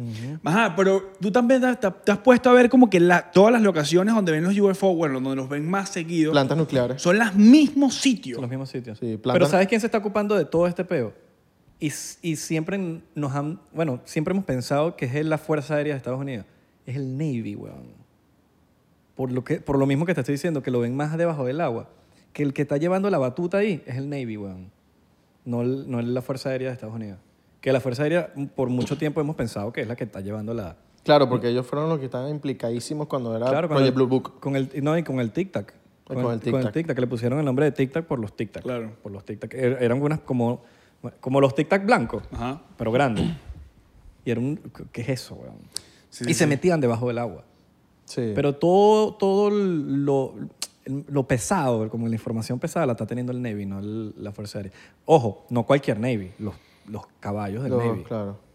Speaker 1: Ajá, pero tú también te, te- te has puesto a ver como que la- todas las locaciones donde ven los UFO, bueno, donde los ven más seguidos,
Speaker 2: Plantas nucleares.
Speaker 1: son los mismos sitios.
Speaker 3: Son los mismos sitios.
Speaker 2: Sí, plantan-
Speaker 3: Pero ¿sabes quién se está ocupando de todo este peo? Y, s- y siempre nos han, bueno, siempre hemos pensado que es la Fuerza Aérea de Estados Unidos. Es el Navy, weón. Por lo, que, por lo mismo que te estoy diciendo, que lo ven más debajo del agua. Que el que está llevando la batuta ahí es el Navy, weón. No, el- no es la Fuerza Aérea de Estados Unidos. Que la Fuerza Aérea, m- por mucho tiempo hemos pensado que es la que está llevando la...
Speaker 2: Claro, porque ellos fueron los que estaban implicadísimos cuando era
Speaker 3: Claro, con
Speaker 2: Project
Speaker 3: el-
Speaker 2: Ah, Blue Book.
Speaker 3: Con el, no, y con el Tic Tac.
Speaker 2: Y con el Tic Tac.
Speaker 3: que le pusieron el nombre de Tic Tac por los Tic Tac.
Speaker 1: Claro.
Speaker 3: Por los Tic Tac. Er- Eran unas como, como los Tic Tac blancos,
Speaker 1: Ajá.
Speaker 3: pero grandes. Y era un, ¿qué es eso, weón?
Speaker 1: Sí,
Speaker 3: y
Speaker 1: sí,
Speaker 3: se
Speaker 1: sí.
Speaker 3: metían debajo del agua.
Speaker 2: Sí.
Speaker 3: Pero todo, todo lo, lo pesado, como la información pesada, la está teniendo el Navy, no el- la Fuerza Aérea. Ojo, no cualquier Navy, los, los caballos del
Speaker 2: Los-
Speaker 3: Navy.
Speaker 2: claro.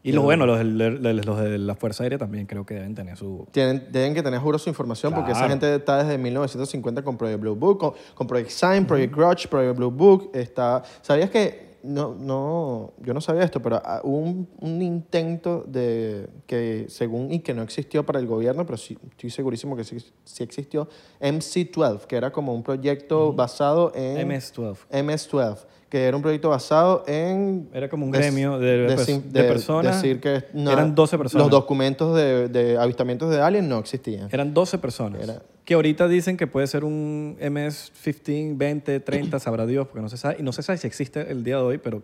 Speaker 3: Y los, bueno, los, del- los de la Fuerza Aérea también creo que deben tener su,
Speaker 2: Tienen, tienen que tener, juro, su información porque esa
Speaker 3: Claro.
Speaker 2: gente está desde 1950 con Project Blue Book, con, con Project Sign, Project Grudge, Project Blue Book. Está, ¿Sabías que.? No, no, yo no sabía esto, pero ah, hubo un, un intento de que según y que no existió para el gobierno, pero sí, estoy segurísimo que sí, sí existió, MC12, que era como un proyecto basado en
Speaker 3: MS-12.
Speaker 2: MS-12, que era un proyecto basado en...
Speaker 3: Era como un
Speaker 2: des-
Speaker 3: gremio de-
Speaker 2: des-
Speaker 3: pues, de personas.
Speaker 2: Decir que no-
Speaker 3: Eran 12 personas.
Speaker 2: Los documentos de, de avistamientos de aliens no existían.
Speaker 3: Eran 12 personas.
Speaker 2: Era-
Speaker 3: Que ahorita dicen que puede ser un MS-15, 20, 30, sabrá Dios, porque no se sabe. Y no se sabe si existe el día de hoy, pero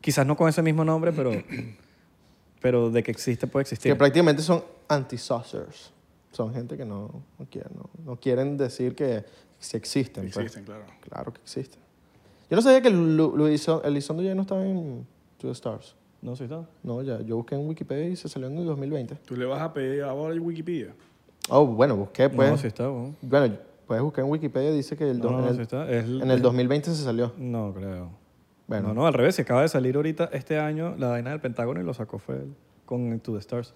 Speaker 3: quizás no con ese mismo nombre, pero, pero de que existe puede
Speaker 2: Que
Speaker 3: existir.
Speaker 2: prácticamente son anti-saucers. Son gente que no, no, quieren, no, no quieren decir que si existen. pues.
Speaker 1: Existen, claro.
Speaker 2: Claro que existen. Yo no sabía que Lu- Luis Elizondo ya no estaba en Two Stars.
Speaker 3: No, sí, no.
Speaker 2: No, ya. Yo busqué en Wikipedia y se salió en el 2020.
Speaker 1: Tú le vas a pedir ahora a Wikipedia.
Speaker 2: Oh, bueno, busqué, pues.
Speaker 3: no, sí está. weón.
Speaker 2: Bueno, puedes buscar en Wikipedia, dice que el
Speaker 3: No,
Speaker 2: do-
Speaker 3: no,
Speaker 2: en,
Speaker 3: no,
Speaker 2: el,
Speaker 3: sí está. Es-
Speaker 2: en el 2020 se salió.
Speaker 3: No, creo.
Speaker 2: Bueno.
Speaker 3: No, no, al revés. Se acaba de salir ahorita este año la vaina del Pentágono y lo sacó fue él, con To The Stars.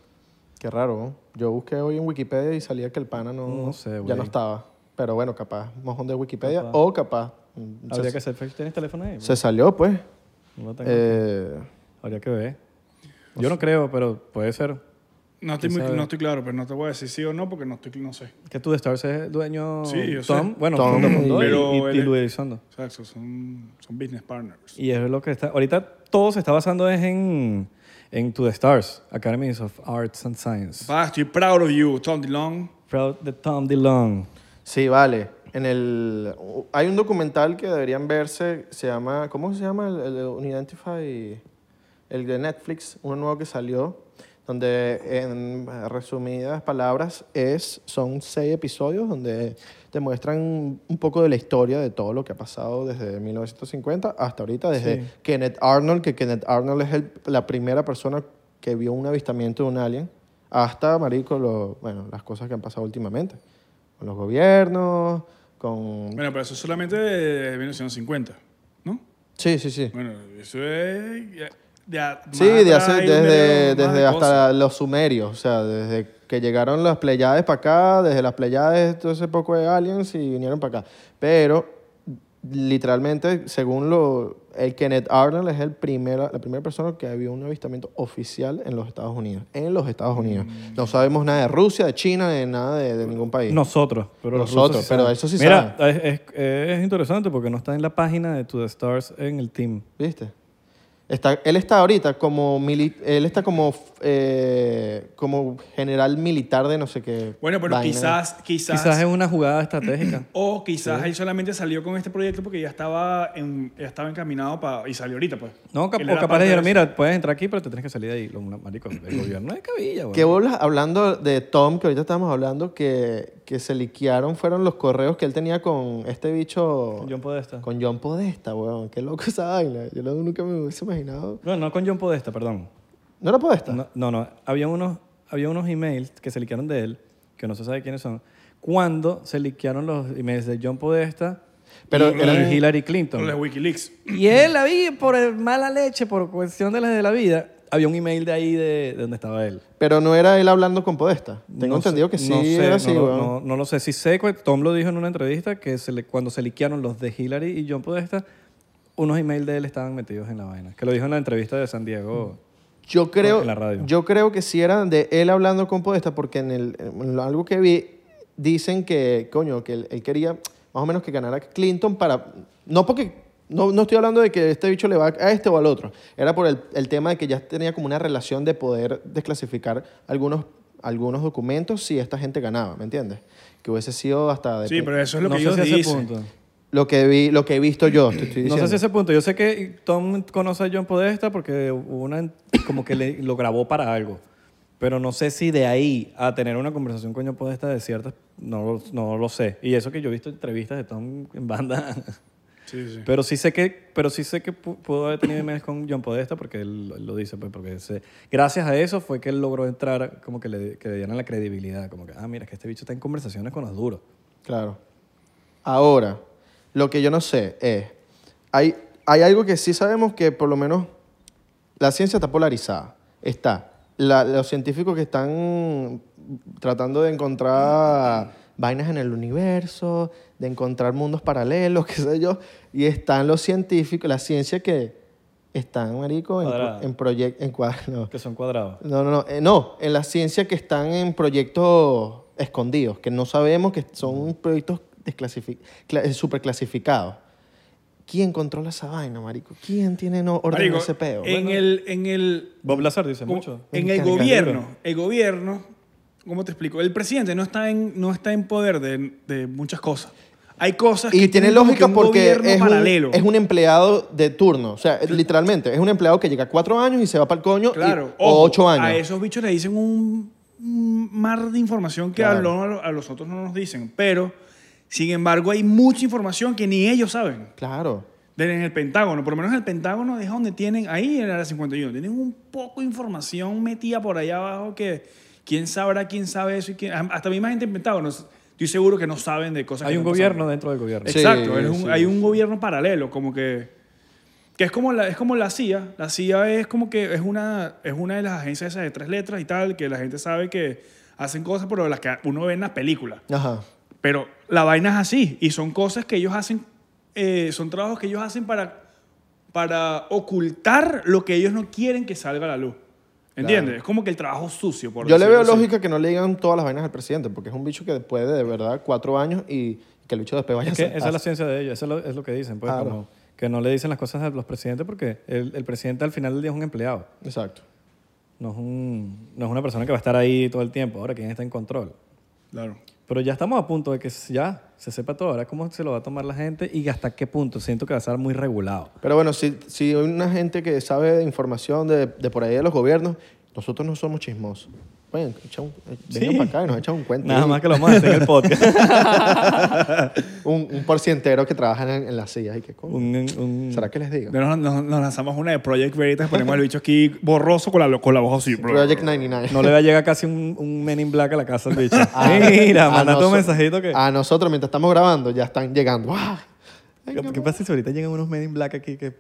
Speaker 2: Qué raro. ¿no? Yo busqué hoy en Wikipedia y salía que el pana no,
Speaker 3: No sé,
Speaker 2: ya
Speaker 3: güey.
Speaker 2: no estaba. Pero bueno, capaz, mojón de Wikipedia o capaz. mm,
Speaker 3: Habría
Speaker 2: se,
Speaker 3: que hacer... ¿Tienes teléfono ahí?
Speaker 2: se salió, pues.
Speaker 3: No lo tengo.
Speaker 2: Eh, pues
Speaker 3: Habría que ver. Yo no creo, pero puede ser.
Speaker 1: No estoy, muy,
Speaker 3: sabe?
Speaker 1: no estoy claro, pero no te voy a decir sí o no porque no estoy, no sé.
Speaker 3: Que tú de Stars es el dueño
Speaker 1: Sí, yo
Speaker 3: Tom,
Speaker 1: sé.
Speaker 3: bueno,
Speaker 2: Tom,
Speaker 3: Tom, fundó y-
Speaker 1: pero
Speaker 3: y, y
Speaker 1: él-
Speaker 3: Luis Elizondo.
Speaker 1: Exacto, son, son business partners.
Speaker 3: Y es lo que está ahorita todo se está basando es en en To the Stars, Academies of Arts and Science.
Speaker 1: Pa, estoy proud of you, Tom DeLong.
Speaker 3: Proud de Tom DeLong.
Speaker 2: sí, vale. En el, u- hay un documental que deberían verse, se llama, ¿cómo se llama? El, el de Unidentify, el de Netflix, uno nuevo que salió, donde en resumidas palabras es, son seis episodios donde te muestran un poco de la historia de todo lo que ha pasado desde 1950 hasta ahorita, desde Kenneth Arnold, que Kenneth Arnold es el- la primera persona que vio un avistamiento de un alien, hasta, marico, lo- bueno, las cosas que han pasado últimamente, con los gobiernos, con...
Speaker 1: Bueno, pero eso es solamente de 1950, ¿no?
Speaker 2: Sí, sí, sí.
Speaker 1: Bueno, eso es. ya- De, a-
Speaker 2: Sí,
Speaker 1: más
Speaker 2: de
Speaker 1: atrás
Speaker 2: hace-
Speaker 1: hay un
Speaker 2: desde,
Speaker 1: video más
Speaker 2: desde
Speaker 1: de
Speaker 2: hasta
Speaker 1: cosas.
Speaker 2: los sumerios, o sea, desde que llegaron las Pleiades para acá, desde las Pleiades todo ese poco de aliens y vinieron para acá. Pero literalmente, según lo, el Kenneth Arnold es el primera, la primera persona que vio un avistamiento oficial en los Estados Unidos, en los Estados Unidos.
Speaker 1: Mm.
Speaker 2: No sabemos nada de Rusia, de China, de nada de, de ningún país.
Speaker 3: Nosotros, pero los
Speaker 2: Nosotros,
Speaker 3: rusos
Speaker 2: pero
Speaker 3: saben.
Speaker 2: eso sí
Speaker 3: Mira, es, es- es interesante porque no está en la página de To the Stars en el team.
Speaker 2: ¿Viste? Está, él está ahorita como mili- él está como eh, como general militar de no sé qué.
Speaker 1: Bueno, pero
Speaker 2: vaina.
Speaker 1: quizás, quizás.
Speaker 3: Quizás es una jugada estratégica.
Speaker 1: O quizás él solamente salió con este proyecto porque ya estaba, en, ya estaba encaminado para. Y salió ahorita, pues.
Speaker 3: No, cap-
Speaker 1: Él
Speaker 3: o
Speaker 1: era
Speaker 3: capaz
Speaker 1: parte
Speaker 3: de
Speaker 1: de
Speaker 3: decir,
Speaker 1: eso.
Speaker 3: mira, puedes entrar aquí, pero te tienes que salir de ahí. Lo- Marico, el gobierno es cabilla, güey.
Speaker 2: ¿Qué bolas? Hablando de Tom, que ahorita estábamos hablando, que, que se liquearon fueron los correos que él tenía con este bicho.
Speaker 3: John Podesta.
Speaker 2: Con John Podesta, weón. Qué loco esa vaina. Yo no- nunca me hubiese imaginado.
Speaker 3: No, no con John Podesta, perdón.
Speaker 2: ¿No era Podesta?
Speaker 3: No, no, no. Había, unos, había unos emails que se liquearon de él, que no se sabe quiénes son, cuando se liquearon los emails de John Podesta
Speaker 2: Pero
Speaker 3: y,
Speaker 2: eran-
Speaker 3: y Hillary
Speaker 1: Con
Speaker 3: Clinton.
Speaker 1: las Wikileaks.
Speaker 3: Y él, la vi por el mala leche, por cuestión de las de la vida, había un email de ahí de, de donde estaba él.
Speaker 2: Pero no era él hablando con Podesta. Tengo
Speaker 3: No
Speaker 2: entendido
Speaker 3: sé-
Speaker 2: que sí
Speaker 3: no sé,
Speaker 2: era así,
Speaker 3: no, lo-
Speaker 2: weón.
Speaker 3: no- no lo sé. Sí sé, que Tom lo dijo en una entrevista, que se le- cuando se liquearon los de Hillary y John Podesta, unos emails de él estaban metidos en la vaina. Que lo dijo en la entrevista de San Diego.
Speaker 2: Yo creo,
Speaker 3: en la radio.
Speaker 2: yo creo que sí era de él hablando con Podesta, porque en, el, en lo- algo que vi, dicen que, coño, que él, él quería más o menos que ganara Clinton para... No porque... No, no estoy hablando de que este bicho le va a este o al otro. Era por el, el tema de que ya tenía como una relación de poder desclasificar algunos, algunos documentos si esta gente ganaba, ¿me entiendes? Que hubiese sido hasta... de-
Speaker 1: Sí, pero eso es lo
Speaker 3: no
Speaker 1: que
Speaker 3: sé
Speaker 1: ellos
Speaker 3: si a ese
Speaker 1: dicen.
Speaker 3: punto.
Speaker 2: lo, que vi, lo que he visto yo, te estoy
Speaker 3: No
Speaker 2: diciendo.
Speaker 3: sé si a ese punto. Yo sé que Tom conoce a John Podesta porque hubo una, como que le- lo grabó para algo. Pero no sé si de ahí a tener una conversación con John Podesta de ciertas... No, lo- no lo sé. Y eso que yo he visto entrevistas de Tom en banda.
Speaker 1: Sí, sí.
Speaker 3: Pero sí sé que, pero sí sé que pu- pudo haber tenido emails con John Podesta porque él lo, lo dice. Pues, porque se- gracias a eso fue que él logró entrar, como que le, que le dieran la credibilidad. Como que, ah, mira, que este bicho está en conversaciones con los duros.
Speaker 2: Claro. Ahora, lo que yo no sé es, hay, hay algo que sí sabemos que por lo menos la ciencia está polarizada. Está la- los científicos que están tratando de encontrar vainas en el universo, de encontrar mundos paralelos, qué sé yo, y están los científicos, la ciencia que están, marico, en,
Speaker 3: Cuadrada.
Speaker 2: en proyectos, en cuadros.
Speaker 3: Que son cuadrados.
Speaker 2: No, no, no. eh, no, en la ciencia que están en proyectos escondidos, que no sabemos que
Speaker 1: Mm.
Speaker 2: son proyectos desclasifi- cla- eh, superclasificados. ¿Quién controla esa vaina, marico? ¿Quién tiene no orden
Speaker 1: Marico,
Speaker 2: de ese peo?
Speaker 1: En
Speaker 2: Bueno,
Speaker 1: el, en el,
Speaker 3: Bob Lazar dice mucho.
Speaker 2: Me
Speaker 1: en el
Speaker 2: encanta.
Speaker 1: gobierno, el gobierno, ¿cómo te explico? El presidente no está en, no está en poder de, de muchas cosas. Hay cosas que
Speaker 2: y tiene
Speaker 1: tienen como que
Speaker 2: lógica
Speaker 1: un
Speaker 2: porque
Speaker 1: gobierno
Speaker 2: es
Speaker 1: paralelo.
Speaker 2: un, es un empleado de turno. O sea, eh, literalmente, es un empleado que llega a cuatro años y se va para el coño. y-
Speaker 1: claro,
Speaker 2: o
Speaker 1: ojo,
Speaker 2: ocho años.
Speaker 1: A esos bichos le dicen un, un mar de información que
Speaker 2: Claro.
Speaker 1: a, lo- a los otros no nos dicen, pero sin embargo hay mucha información que ni ellos saben.
Speaker 2: Claro.
Speaker 1: de- En el Pentágono, por lo menos en el Pentágono es donde tienen, ahí en el área 51, tienen un poco de información metida por allá abajo que quién sabrá, quién sabe eso y quién. Hasta misma gente en Pentágono, estoy seguro que no saben de cosas que
Speaker 3: Hay un
Speaker 1: están
Speaker 3: gobierno
Speaker 1: pasando.
Speaker 3: dentro del gobierno.
Speaker 2: Sí,
Speaker 1: Exacto, es un-
Speaker 2: sí.
Speaker 1: hay un gobierno paralelo, como que. que es como la, es como la CIA. La CIA es como que es una, es una de las agencias esas de tres letras y tal, que la gente sabe que hacen cosas, pero las que uno ve en las películas.
Speaker 2: Ajá.
Speaker 1: Pero la vaina es así y son cosas que ellos hacen, eh, son trabajos que ellos hacen para, para ocultar lo que ellos no quieren que salga a la luz. ¿Entiendes? Es como que el trabajo sucio, por
Speaker 2: Yo le veo
Speaker 1: decirlo así.
Speaker 2: lógica que no le digan todas las vainas al presidente, porque es un bicho que después de, de verdad cuatro años y que el bicho después vaya
Speaker 3: Es que
Speaker 2: a-
Speaker 3: esa
Speaker 2: a-
Speaker 3: es la ciencia de ellos, eso es lo, es lo que dicen. Pues,
Speaker 2: Claro.
Speaker 3: como que no le dicen las cosas a los presidentes porque el, el presidente al final del día es un empleado.
Speaker 2: Exacto.
Speaker 3: No es, un, no es una persona que va a estar ahí todo el tiempo. Ahora, ¿quién está en control?
Speaker 1: Claro.
Speaker 3: Pero ya estamos a punto de que ya se sepa todo. Ahora, ¿cómo se lo va a tomar la gente y hasta qué punto? Siento que va a estar muy regulado.
Speaker 2: Pero bueno, si, si hay una gente que sabe de información de, de por ahí de los gobiernos, nosotros no somos chismosos. Vengan, echa un- eh, vengan
Speaker 3: Sí.
Speaker 2: para acá y nos echan un cuento.
Speaker 3: Nada
Speaker 2: ahí.
Speaker 3: más que lo vamos a hacer en el podcast.
Speaker 2: Un, un porcientero que trabaja en, en las sillas. Y que, coño,
Speaker 3: Un- un-
Speaker 2: ¿Será que les digo?
Speaker 1: Nos, nos- nos lanzamos una de Project Veritas, ponemos al bicho aquí borroso con la, lo- con la voz así. bro.
Speaker 2: Project 99.
Speaker 3: No le va a llegar casi un, un men in black a la casa del bicho.
Speaker 2: A-
Speaker 3: Mira,
Speaker 2: a
Speaker 3: mandate
Speaker 2: noso-
Speaker 3: un mensajito que...
Speaker 2: A nosotros, mientras estamos grabando, ya están llegando. ¡Ah!
Speaker 3: ¿Qué, qué pasa si ahorita llegan unos men in black aquí que...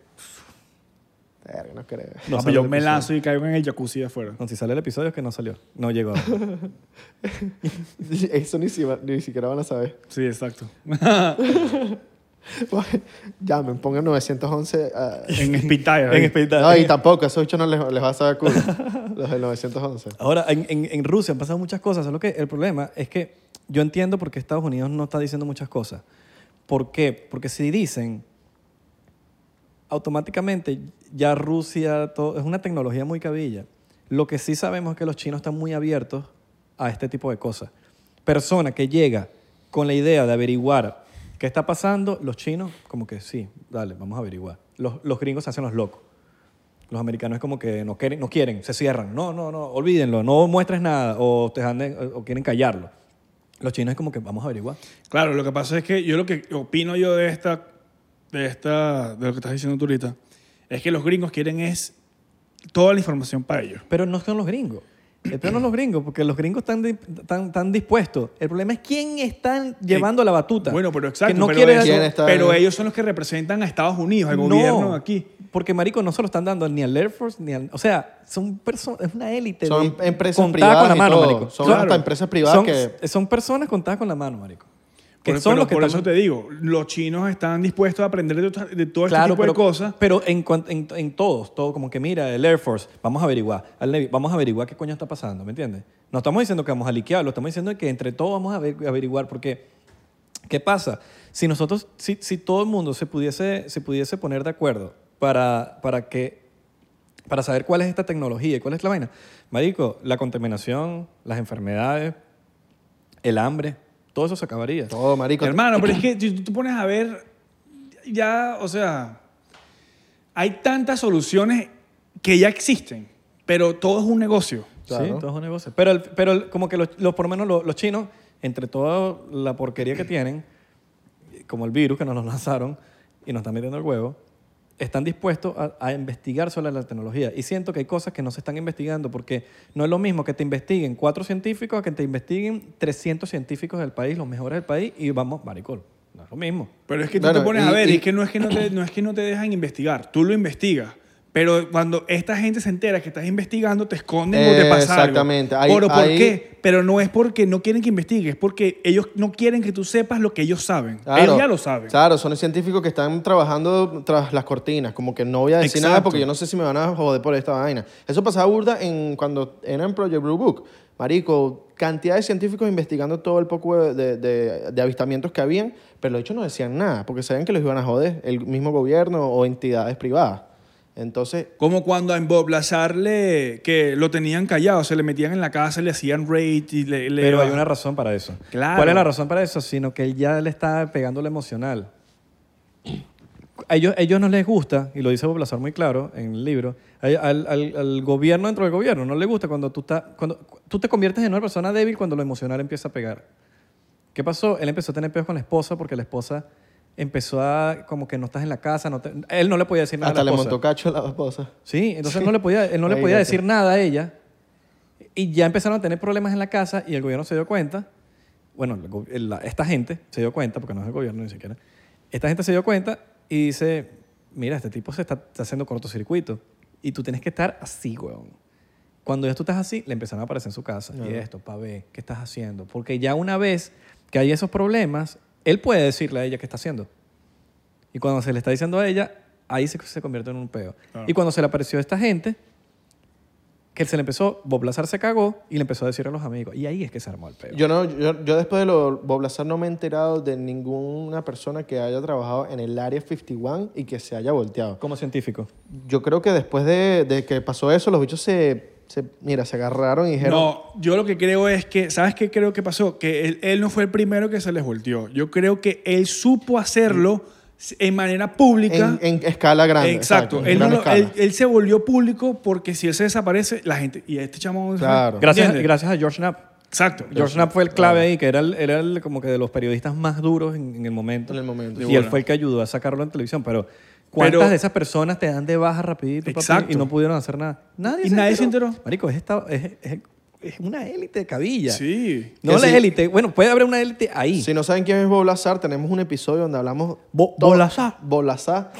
Speaker 2: Verga, no creo.
Speaker 1: No,
Speaker 2: Sale
Speaker 1: pero yo
Speaker 2: el
Speaker 1: me
Speaker 2: episodio.
Speaker 1: lanzo y caigo en el jacuzzi de afuera.
Speaker 3: No, si sale el episodio es que no salió. No llegó.
Speaker 2: Eso ni, si- ni siquiera van a saber.
Speaker 1: Sí, exacto.
Speaker 2: Llamen, pongan 911. ah,
Speaker 1: en Spitfire.
Speaker 3: en
Speaker 1: ahí.
Speaker 3: Espita-
Speaker 2: No, y tampoco, esos ocho no les, les va a saber culo. Los del 911.
Speaker 3: Ahora, en, en- en Rusia han pasado muchas cosas. Solo que el problema es que yo entiendo por qué Estados Unidos no está diciendo muchas cosas. ¿Por qué? Porque si dicen, automáticamente ya Rusia todo, es una tecnología muy cabilla. Lo que sí sabemos es que los chinos están muy abiertos a este tipo de cosas. Persona que llega con la idea de averiguar qué está pasando, los chinos como que sí, dale, vamos a averiguar. Los, los gringos se hacen los locos. Los americanos es como que no quieren, no quieren, se cierran. No, no, no, olvídenlo, no muestres nada o, te anden- o quieren callarlo. Los chinos es como que vamos a averiguar.
Speaker 1: Claro, lo que pasa es que yo lo que opino yo de esta, de esta, de lo que estás diciendo tú ahorita, es que los gringos quieren es toda la información para ellos.
Speaker 3: Pero no son los gringos. El problema no es los gringos, porque los gringos están, di- están, están dispuestos. El problema es quién están llevando la batuta.
Speaker 1: Eh, Bueno, pero exacto.
Speaker 3: Que no
Speaker 1: pero,
Speaker 3: quiere
Speaker 1: ellos-
Speaker 2: ¿Quién está-
Speaker 1: pero ellos son los que representan a Estados Unidos, al gobierno aquí.
Speaker 3: Porque, marico, no se lo están dando ni al Air Force, ni al... O sea, son personas... Es una élite.
Speaker 2: Son
Speaker 3: de-
Speaker 2: empresas
Speaker 3: contada
Speaker 2: privadas
Speaker 3: con la
Speaker 2: y
Speaker 3: mano,
Speaker 2: todo.
Speaker 3: marico.
Speaker 2: Son
Speaker 1: Claro.
Speaker 2: hasta empresas privadas
Speaker 3: son-
Speaker 2: que...
Speaker 3: son personas contadas con la mano, marico. Que
Speaker 1: Por,
Speaker 3: son
Speaker 1: pero
Speaker 3: los que
Speaker 1: por
Speaker 3: están-
Speaker 1: eso te digo, los chinos están dispuestos a aprender de, to- de todo este
Speaker 3: Claro,
Speaker 1: tipo
Speaker 3: pero,
Speaker 1: de cosas.
Speaker 3: pero en, cuan- en, en todos, todo como que mira, el Air Force, vamos a averiguar, al Navy, vamos a averiguar qué coño está pasando, ¿me entiendes? No estamos diciendo que vamos a liquearlo, estamos diciendo que entre todos vamos a aver- averiguar porque, ¿qué pasa? Si nosotros, si, si todo el mundo se pudiese, se pudiese poner de acuerdo para, para que para saber cuál es esta tecnología y cuál es la vaina. Marico, la contaminación, las enfermedades, el hambre, todo eso se acabaría.
Speaker 2: Todo, marico.
Speaker 1: Hermano, pero es que si tú te pones a ver, ya, o sea, hay tantas soluciones que ya existen, pero todo es un negocio.
Speaker 2: Claro.
Speaker 3: Sí, todo es un negocio. Pero, el- pero el- como que los, los- por lo menos los, los chinos, entre toda la porquería que tienen, como el virus que nos lo lanzaron y nos están metiendo el huevo, están dispuestos a, a investigar sobre la tecnología. Y siento que hay cosas que no se están investigando porque no es lo mismo que te investiguen cuatro científicos a que te investiguen 300 científicos del país, los mejores del país, y vamos, maricol, no es lo mismo.
Speaker 1: Pero es que tú
Speaker 2: Bueno,
Speaker 1: te pones a
Speaker 2: y-
Speaker 1: ver,
Speaker 2: y-
Speaker 1: y es que no es que no te, no es que no te dejan investigar, tú lo investigas. Pero cuando esta gente se entera que estás investigando, te esconden o te pasa algo.
Speaker 2: Exactamente. Hay-
Speaker 1: Pero, ¿por
Speaker 2: hay-
Speaker 1: qué? Pero no es porque no quieren que investigues, es porque ellos no quieren que tú sepas lo que ellos saben. Ellos ya lo saben.
Speaker 2: Claro, son los científicos que están trabajando tras las cortinas. Como que no voy a decir nada
Speaker 1: Exacto.
Speaker 2: porque yo no sé si me van a joder por esta vaina. Eso pasaba burda en, cuando era en Project Blue Book. Marico, cantidad de científicos investigando todo el poco de, de- de- de avistamientos que habían, pero los hechos no decían nada porque sabían que los iban a joder el mismo gobierno o entidades privadas. Entonces,
Speaker 1: Como cuando a Bob Lazar le, que lo tenían callado, se le metían en la casa, le hacían raid y le... le-
Speaker 3: Pero hay una razón para eso.
Speaker 1: Claro.
Speaker 3: ¿Cuál es la razón para eso? Sino que él ya le está pegando lo emocional. A ellos, a ellos no les gusta, y lo dice Bob Lazar muy claro en el libro, a- al, al- al gobierno dentro del gobierno no le gusta cuando tú, estás- cuando tú te conviertes en una persona débil cuando lo emocional empieza a pegar. ¿Qué pasó? Él empezó a tener peos con la esposa porque la esposa empezó a como que no estás en la casa, no te- él no le podía decir nada
Speaker 2: hasta
Speaker 3: a la
Speaker 2: le
Speaker 3: esposa.
Speaker 2: montó cacho a la esposa.
Speaker 3: Sí, entonces no le podía, él no le podía
Speaker 2: Imagínate.
Speaker 3: decir nada a ella. Y ya empezaron a tener problemas en la casa y el gobierno se dio cuenta. Bueno, el go- el- la- esta gente se dio cuenta, porque no es el gobierno ni siquiera. Esta gente se dio cuenta y dice, mira, este tipo se está, está haciendo cortocircuito y tú tienes que estar así, weón. Cuando ya tú estás así, le empezaron a aparecer en su casa. Y esto, pa' ver, ¿qué estás haciendo? Porque ya una vez que hay esos problemas, él puede decirle a ella qué está haciendo. Y cuando se le está diciendo a ella, ahí se, se convierte en un peo.
Speaker 1: Claro.
Speaker 3: Y cuando se le apareció esta gente, que él se le empezó, Bob Lazar se cagó y le empezó a decir a los amigos. Y ahí es que se armó el peo.
Speaker 2: Yo, no, yo, yo después de lo Bob Lazar no me he enterado de ninguna persona que haya trabajado en el área 51 y que se haya volteado.
Speaker 3: Como científico.
Speaker 2: Yo creo que después de, de que pasó eso, los bichos se, se- mira, se agarraron y dijeron...
Speaker 1: No, yo lo que creo es que, ¿sabes qué creo que pasó? Que él, él no fue el primero que se les volteó. Yo creo que él supo hacerlo en manera pública.
Speaker 2: en, en escala grande.
Speaker 1: exacto.
Speaker 2: en
Speaker 1: Él, no
Speaker 2: gran
Speaker 1: lo- él-
Speaker 2: escala.
Speaker 1: él se volvió público porque si él se desaparece, la gente... Y este chamo...
Speaker 2: Claro.
Speaker 3: Gracias,
Speaker 1: ¿Entiendes?
Speaker 3: gracias a George Knapp.
Speaker 1: Exacto.
Speaker 3: George Knapp fue el clave ahí, que era, el, era el- como que de los periodistas más duros en, en el momento.
Speaker 2: En el momento.
Speaker 3: Y
Speaker 2: De
Speaker 3: él
Speaker 1: bola.
Speaker 3: fue el que ayudó a sacarlo en televisión. Pero, ¿cuántas
Speaker 1: Pero-
Speaker 3: de esas personas te dan de baja rapidito papi,
Speaker 1: Exacto.
Speaker 3: y no pudieron hacer nada? Nadie,
Speaker 1: Y nadie se enteró.
Speaker 3: Marico, es, esta- es- es- es una élite de cabilla.
Speaker 1: Sí.
Speaker 3: No
Speaker 2: Que
Speaker 3: la
Speaker 2: sí.
Speaker 3: élite. Bueno, puede haber una élite ahí.
Speaker 2: Si no saben quién es Bob Lazar, tenemos un episodio donde hablamos...
Speaker 3: Bo-
Speaker 2: todo-
Speaker 3: Bob Lazar.
Speaker 2: Bob Lazar.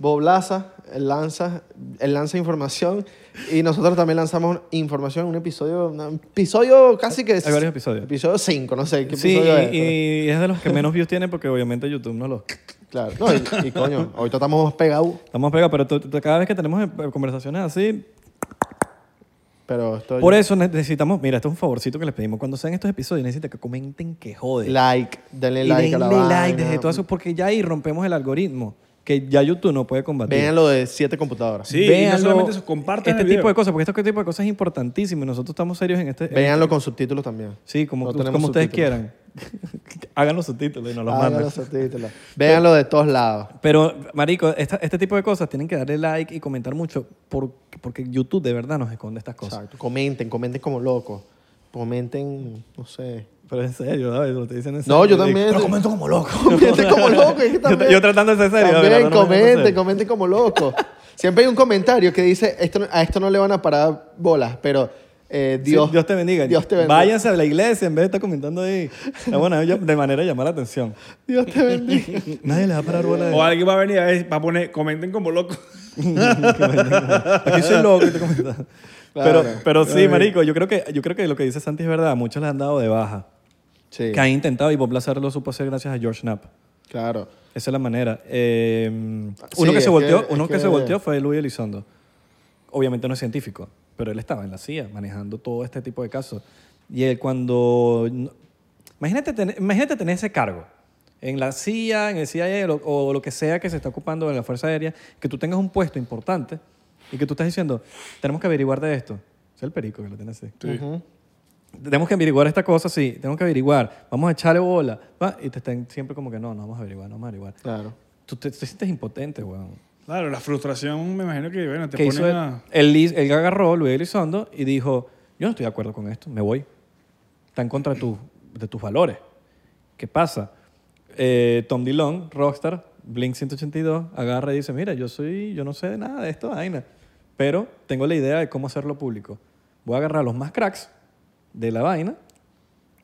Speaker 2: Bob Lazar, él lanza, él lanza información y nosotros también lanzamos información en un episodio, un episodio casi que...
Speaker 3: Hay varios episodios.
Speaker 2: Episodio 5, no sé qué
Speaker 3: Sí,
Speaker 2: episodio es.
Speaker 3: y, y es de los que menos views tiene porque obviamente YouTube no lo...
Speaker 2: Claro, no, y, y coño, ahorita estamos más pegados,
Speaker 3: Estamos pegados, pero tú- tú- cada vez que tenemos eh, conversaciones así,
Speaker 2: pero esto
Speaker 3: Por eso necesitamos, mira, esto es un favorcito que les pedimos. Cuando sean estos episodios, necesita que comenten que jode.
Speaker 2: like, denle
Speaker 3: y
Speaker 2: like a la
Speaker 3: denle like
Speaker 2: vaina. pues.
Speaker 3: desde todo eso, porque ya ahí rompemos el algoritmo que ya YouTube no puede combatir.
Speaker 2: Vean lo de siete computadoras.
Speaker 1: Sí, y no solamente eso, compartan
Speaker 3: Este
Speaker 1: el video.
Speaker 3: tipo de cosas, porque este tipo de cosas es importantísimo y nosotros estamos serios en este.
Speaker 2: Véanlo con subtítulos también.
Speaker 3: Sí, como,
Speaker 2: No
Speaker 3: tú-
Speaker 2: tenemos
Speaker 3: como ustedes
Speaker 2: subtítulos.
Speaker 3: quieran. Hagan los subtítulos y nos los
Speaker 2: Háganlo
Speaker 3: mandan.
Speaker 2: subtítulos. Véanlo de todos lados.
Speaker 3: Pero, marico, esta- este tipo de cosas tienen que darle like y comentar mucho por- porque YouTube de verdad nos esconde estas cosas.
Speaker 2: Exacto. Comenten, comenten como locos. Comenten, no sé.
Speaker 3: Pero en serio, ¿sabes? Lo estoy diciendo en
Speaker 2: No,
Speaker 3: serio.
Speaker 2: yo también-
Speaker 3: Pero comento como loco.
Speaker 2: Comenten como locos. es que
Speaker 3: Yo-
Speaker 2: también-
Speaker 3: yo tratando de ser serio,
Speaker 2: También
Speaker 3: pero no me dejan
Speaker 2: comenten,
Speaker 3: ser.
Speaker 2: comenten como locos. Siempre hay un comentario que dice, esto, no- a esto no le van a parar bolas, pero eh,
Speaker 3: Sí,
Speaker 2: Dios,
Speaker 3: te bendiga.
Speaker 2: Dios te bendiga.
Speaker 3: Váyanse a la iglesia en vez de estar comentando ahí. Ah, Bueno, yo- de manera de llamar la atención.
Speaker 2: Dios te bendiga.
Speaker 3: Nadie les va a parar bola.
Speaker 1: O alguien va a venir a ver, va a poner, comenten como loco.
Speaker 3: de- Aquí soy loco y te comentas.
Speaker 2: Claro.
Speaker 3: Pero, pero sí, marico, yo creo, que, yo creo que lo que dice Santi es verdad. Muchos le han dado de baja.
Speaker 2: Sí,
Speaker 3: Que han intentado y Bob Lazar lo supo hacer gracias a George Knapp.
Speaker 2: claro.
Speaker 3: Esa es la manera. Eh, uno
Speaker 2: Sí,
Speaker 3: que,
Speaker 2: es
Speaker 3: se volteó,
Speaker 2: que- es
Speaker 3: uno que,
Speaker 2: que-
Speaker 3: se volteó fue Luis Elizondo. Obviamente no es científico, pero él estaba en la CIA manejando todo este tipo de casos. Y él cuando... Imagínate tener, imagínate tener ese cargo en la CIA, en el CIA lo- o lo que sea que se está ocupando en la Fuerza Aérea, que tú tengas un puesto importante y que tú estás diciendo, tenemos que averiguar de esto. Es el perico que lo tiene así.
Speaker 2: Ujú.
Speaker 3: Tenemos que averiguar esta cosa, sí, tenemos que averiguar, vamos a echarle bola. va, Y te están siempre como que no, no vamos a averiguar, no vamos a averiguar
Speaker 2: Claro.
Speaker 3: tú te, te sientes impotente, weón.
Speaker 1: Claro, la frustración, me imagino que, bueno, te
Speaker 3: ¿Qué
Speaker 1: ponen
Speaker 3: hizo él?
Speaker 1: a...
Speaker 3: Él, li- él agarró Luis Elizondo y dijo, yo no estoy de acuerdo con esto, me voy. Está en contra de, tus- de tus valores. ¿Qué pasa? Eh, Tom DeLonge, Rockstar, Blink 182, agarra y dice, mira, yo soy, yo no sé de nada de esta vaina, pero tengo la idea de cómo hacerlo público. Voy a agarrar a los más cracks de la vaina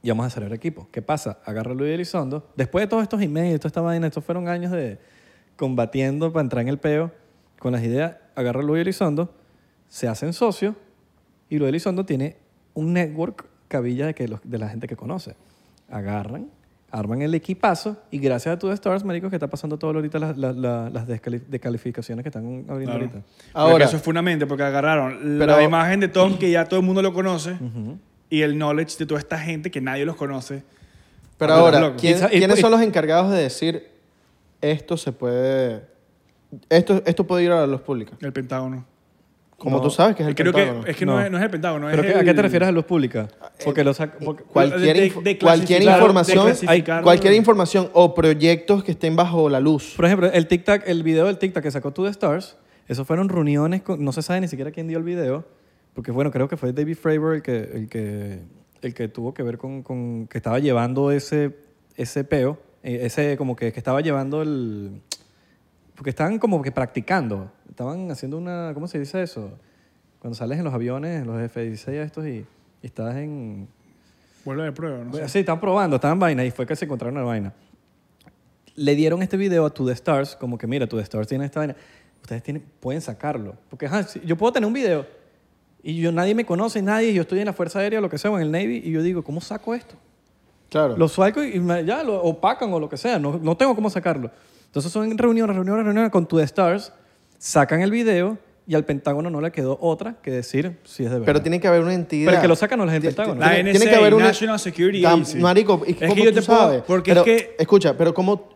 Speaker 3: y vamos a hacer el equipo. ¿Qué pasa? Agarra a Luis Elizondo. Después de todos estos emails, toda esta vaina, estos fueron años de combatiendo para entrar en el peo con las ideas. Agarra a Luis Elizondo, se hacen socios y Luis Elizondo tiene un network cabilla de, que los- de la gente que conoce. Agarran, arman el equipazo y gracias a tu Stars, marico, que está pasando todo ahorita las, las- las- las descali- descalificaciones que están abriendo
Speaker 1: Claro.
Speaker 3: ahorita.
Speaker 2: Ahora-
Speaker 1: Ahora, eso es fundamental porque agarraron
Speaker 2: Pero-
Speaker 1: la imagen de Tom que ya todo el mundo lo conoce y el knowledge de toda esta gente que nadie los conoce.
Speaker 2: Pero
Speaker 1: Ah, bueno,
Speaker 2: ahora,
Speaker 1: loco.
Speaker 2: ¿quién-
Speaker 3: Y sa- y- pues-
Speaker 2: ¿quiénes
Speaker 3: y-
Speaker 2: son los encargados de decir esto se puede. Esto, esto puede ir a la luz pública?
Speaker 1: El Pentágono.
Speaker 2: Como
Speaker 3: No.
Speaker 2: tú sabes que es el
Speaker 1: Creo
Speaker 2: Pentágono.
Speaker 1: que es que no,
Speaker 3: No.
Speaker 1: es, no es el Pentágono.
Speaker 3: ¿Pero
Speaker 1: es
Speaker 3: qué- a
Speaker 1: el- Ah, eh,
Speaker 3: qué te refieres a luz pública? Porque lo sac- porque-
Speaker 2: Cualquier,
Speaker 1: de-
Speaker 2: inf-
Speaker 1: de
Speaker 2: cualquier
Speaker 1: clasificar-
Speaker 2: información,
Speaker 1: de clasificar-
Speaker 2: cualquier información o proyectos que estén bajo la luz.
Speaker 3: Por ejemplo, el Tic Tac, el video del Tic Tac que sacó Two The Stars, eso fueron reuniones, con- no se sabe ni siquiera quién dio el video, porque bueno, creo que fue David Fravor el que, el que, el que tuvo que ver con, con- que estaba llevando ese, ese peo, eh, ese como que, que estaba llevando el, porque estaban como que practicando, estaban haciendo una, ¿cómo se dice eso? Cuando sales en los aviones, en los F-16 estos y, y estás en,
Speaker 1: Vuelo de prueba, no sé.
Speaker 3: Sí, estaban probando, estaban vaina y fue que se encontraron una vaina. Le dieron este video a To The Stars, como que mira, To The Stars tiene esta vaina. Ustedes tienen, pueden sacarlo. Porque ajá, si- yo puedo tener un video y yo, nadie me conoce, nadie, yo estoy en la Fuerza Aérea, lo que sea, o en el Navy, y yo digo, ¿cómo saco esto?
Speaker 2: Claro.
Speaker 3: Lo saco y me- ya lo opacan o lo que sea, no, no tengo cómo sacarlo. Entonces son reuniones, reuniones, reuniones con To The Stars, sacan el video y al Pentágono no le quedó otra que decir si es de verdad.
Speaker 2: Pero tiene que haber una entidad.
Speaker 3: Pero el que lo saca no es el Pentágono.
Speaker 1: La
Speaker 2: tiene-
Speaker 1: NSA,
Speaker 2: tiene que haber una-
Speaker 1: National Security
Speaker 2: Tam-
Speaker 1: Agency.
Speaker 2: Marico, ¿y
Speaker 1: Es que
Speaker 2: cómo
Speaker 1: yo
Speaker 2: tú
Speaker 1: te puedo-
Speaker 2: sabes?
Speaker 1: porque
Speaker 2: Pero,
Speaker 1: es que-
Speaker 2: Escucha, pero ¿cómo...?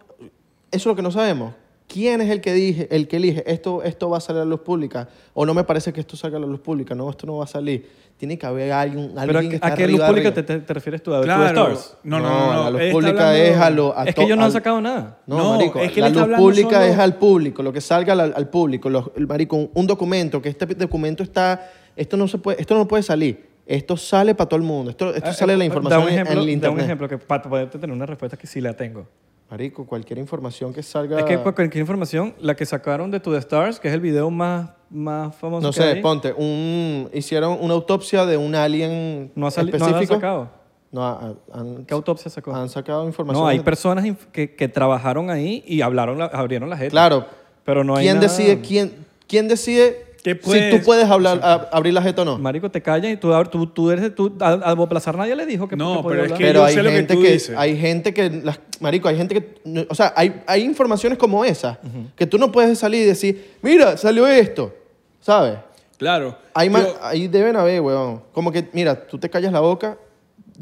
Speaker 2: Eso es lo que no sabemos. ¿Quién es el que, dije, el que elige esto, esto va a salir a la luz pública? O no me parece que esto salga a la luz pública. No, esto no va a salir. Tiene que haber alguien,
Speaker 3: Pero
Speaker 2: alguien
Speaker 3: ¿a,
Speaker 2: que
Speaker 3: qué-
Speaker 2: está
Speaker 3: a qué luz
Speaker 2: arriba,
Speaker 3: pública te,
Speaker 2: arriba.
Speaker 3: te- te refieres tú? ¿A ver, To The
Speaker 1: Claro.
Speaker 3: Stars?
Speaker 1: No, no, no. no.
Speaker 2: la luz
Speaker 1: Él está
Speaker 2: pública
Speaker 1: hablando-
Speaker 2: es a lo... a
Speaker 3: es
Speaker 2: to-
Speaker 3: que ellos no han
Speaker 2: al-
Speaker 3: sacado nada.
Speaker 2: No,
Speaker 1: No,
Speaker 2: marico,
Speaker 1: es que
Speaker 2: la
Speaker 1: él está
Speaker 2: luz
Speaker 1: hablando
Speaker 2: pública
Speaker 1: solo-
Speaker 2: es al público, lo que salga al, al público, los- el marico, un, un documento, que este documento está, esto no se puede, esto no puede salir, esto sale para todo el mundo, esto, esto
Speaker 3: Ah,
Speaker 2: sale
Speaker 3: eh,
Speaker 2: la
Speaker 3: eh,
Speaker 2: información
Speaker 3: da un ejemplo,
Speaker 2: en el
Speaker 3: da un
Speaker 2: internet.
Speaker 3: ejemplo que para poderte tener una respuesta que sí la tengo.
Speaker 2: Marico, cualquier información que salga,
Speaker 3: Es que cu- cualquier información, la que sacaron de To The Stars, que es el video más, más famoso
Speaker 2: no
Speaker 3: que
Speaker 2: sé,
Speaker 3: hay,
Speaker 2: ponte, un, hicieron una autopsia de un alien
Speaker 3: no ha sali- no la han
Speaker 2: específico.
Speaker 3: sacado.
Speaker 2: No, ha- han,
Speaker 3: ¿Qué autopsia sacó?
Speaker 2: han sacado información.
Speaker 3: no, hay
Speaker 2: de-
Speaker 3: personas inf- que, que trabajaron ahí y hablaron, la- abrieron la gente.
Speaker 2: Claro,
Speaker 3: Pero no hay
Speaker 2: ¿quién
Speaker 3: nada.
Speaker 2: decide quién, quién decide
Speaker 1: ¿Qué
Speaker 2: si tú
Speaker 1: puedes-
Speaker 2: puedes hablar, a- abrir la jeta o no?
Speaker 3: Marico, te callas y tú, ab- tú, tú eres... Tú, a, a Bob Lazar nadie le dijo que
Speaker 1: No,
Speaker 3: que podía
Speaker 1: pero es
Speaker 3: hablar.
Speaker 1: que-
Speaker 2: pero
Speaker 1: yo
Speaker 2: hay
Speaker 1: sé lo que
Speaker 2: gente
Speaker 1: tú
Speaker 2: que,
Speaker 1: dices.
Speaker 2: hay gente que las, marico hay gente que o sea hay, hay informaciones como esas que tú no puedes salir y decir mira salió esto sabes
Speaker 1: Claro.
Speaker 2: hay
Speaker 1: Pero-
Speaker 2: man- ahí deben haber huevón como que mira tú te callas la boca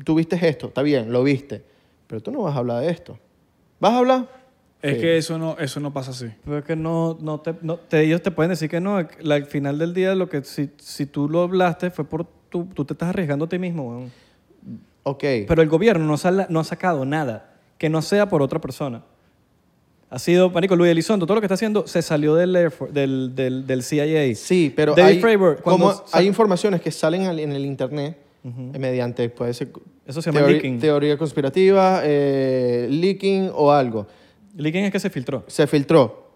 Speaker 2: tú viste esto está bien lo viste pero tú no vas a hablar de esto vas a hablar
Speaker 1: Es
Speaker 2: Sí.
Speaker 1: que eso no, eso no pasa así.
Speaker 3: Pero es que no, no te, no te- ellos te pueden decir que no. La- al final del día, lo que si, si tú lo hablaste fue por tú, tú te estás arriesgando a ti mismo. weón.
Speaker 2: ok
Speaker 3: Pero el gobierno no, sala- no ha sacado nada que no sea por otra persona. Ha sido, marico, Luis Elizondo, todo lo que está haciendo se salió del, Air Force- del, del, del CIA.
Speaker 2: sí pero
Speaker 3: David
Speaker 2: hay,
Speaker 3: Fravor, cuando
Speaker 2: como
Speaker 3: sa-
Speaker 2: hay informaciones que salen al- en el internet eh, mediante puede ser
Speaker 3: Eso se llama
Speaker 2: teori-
Speaker 3: leaking.
Speaker 2: teoría conspirativa eh, leaking o algo
Speaker 3: Leaking es que se filtró.
Speaker 2: se filtró.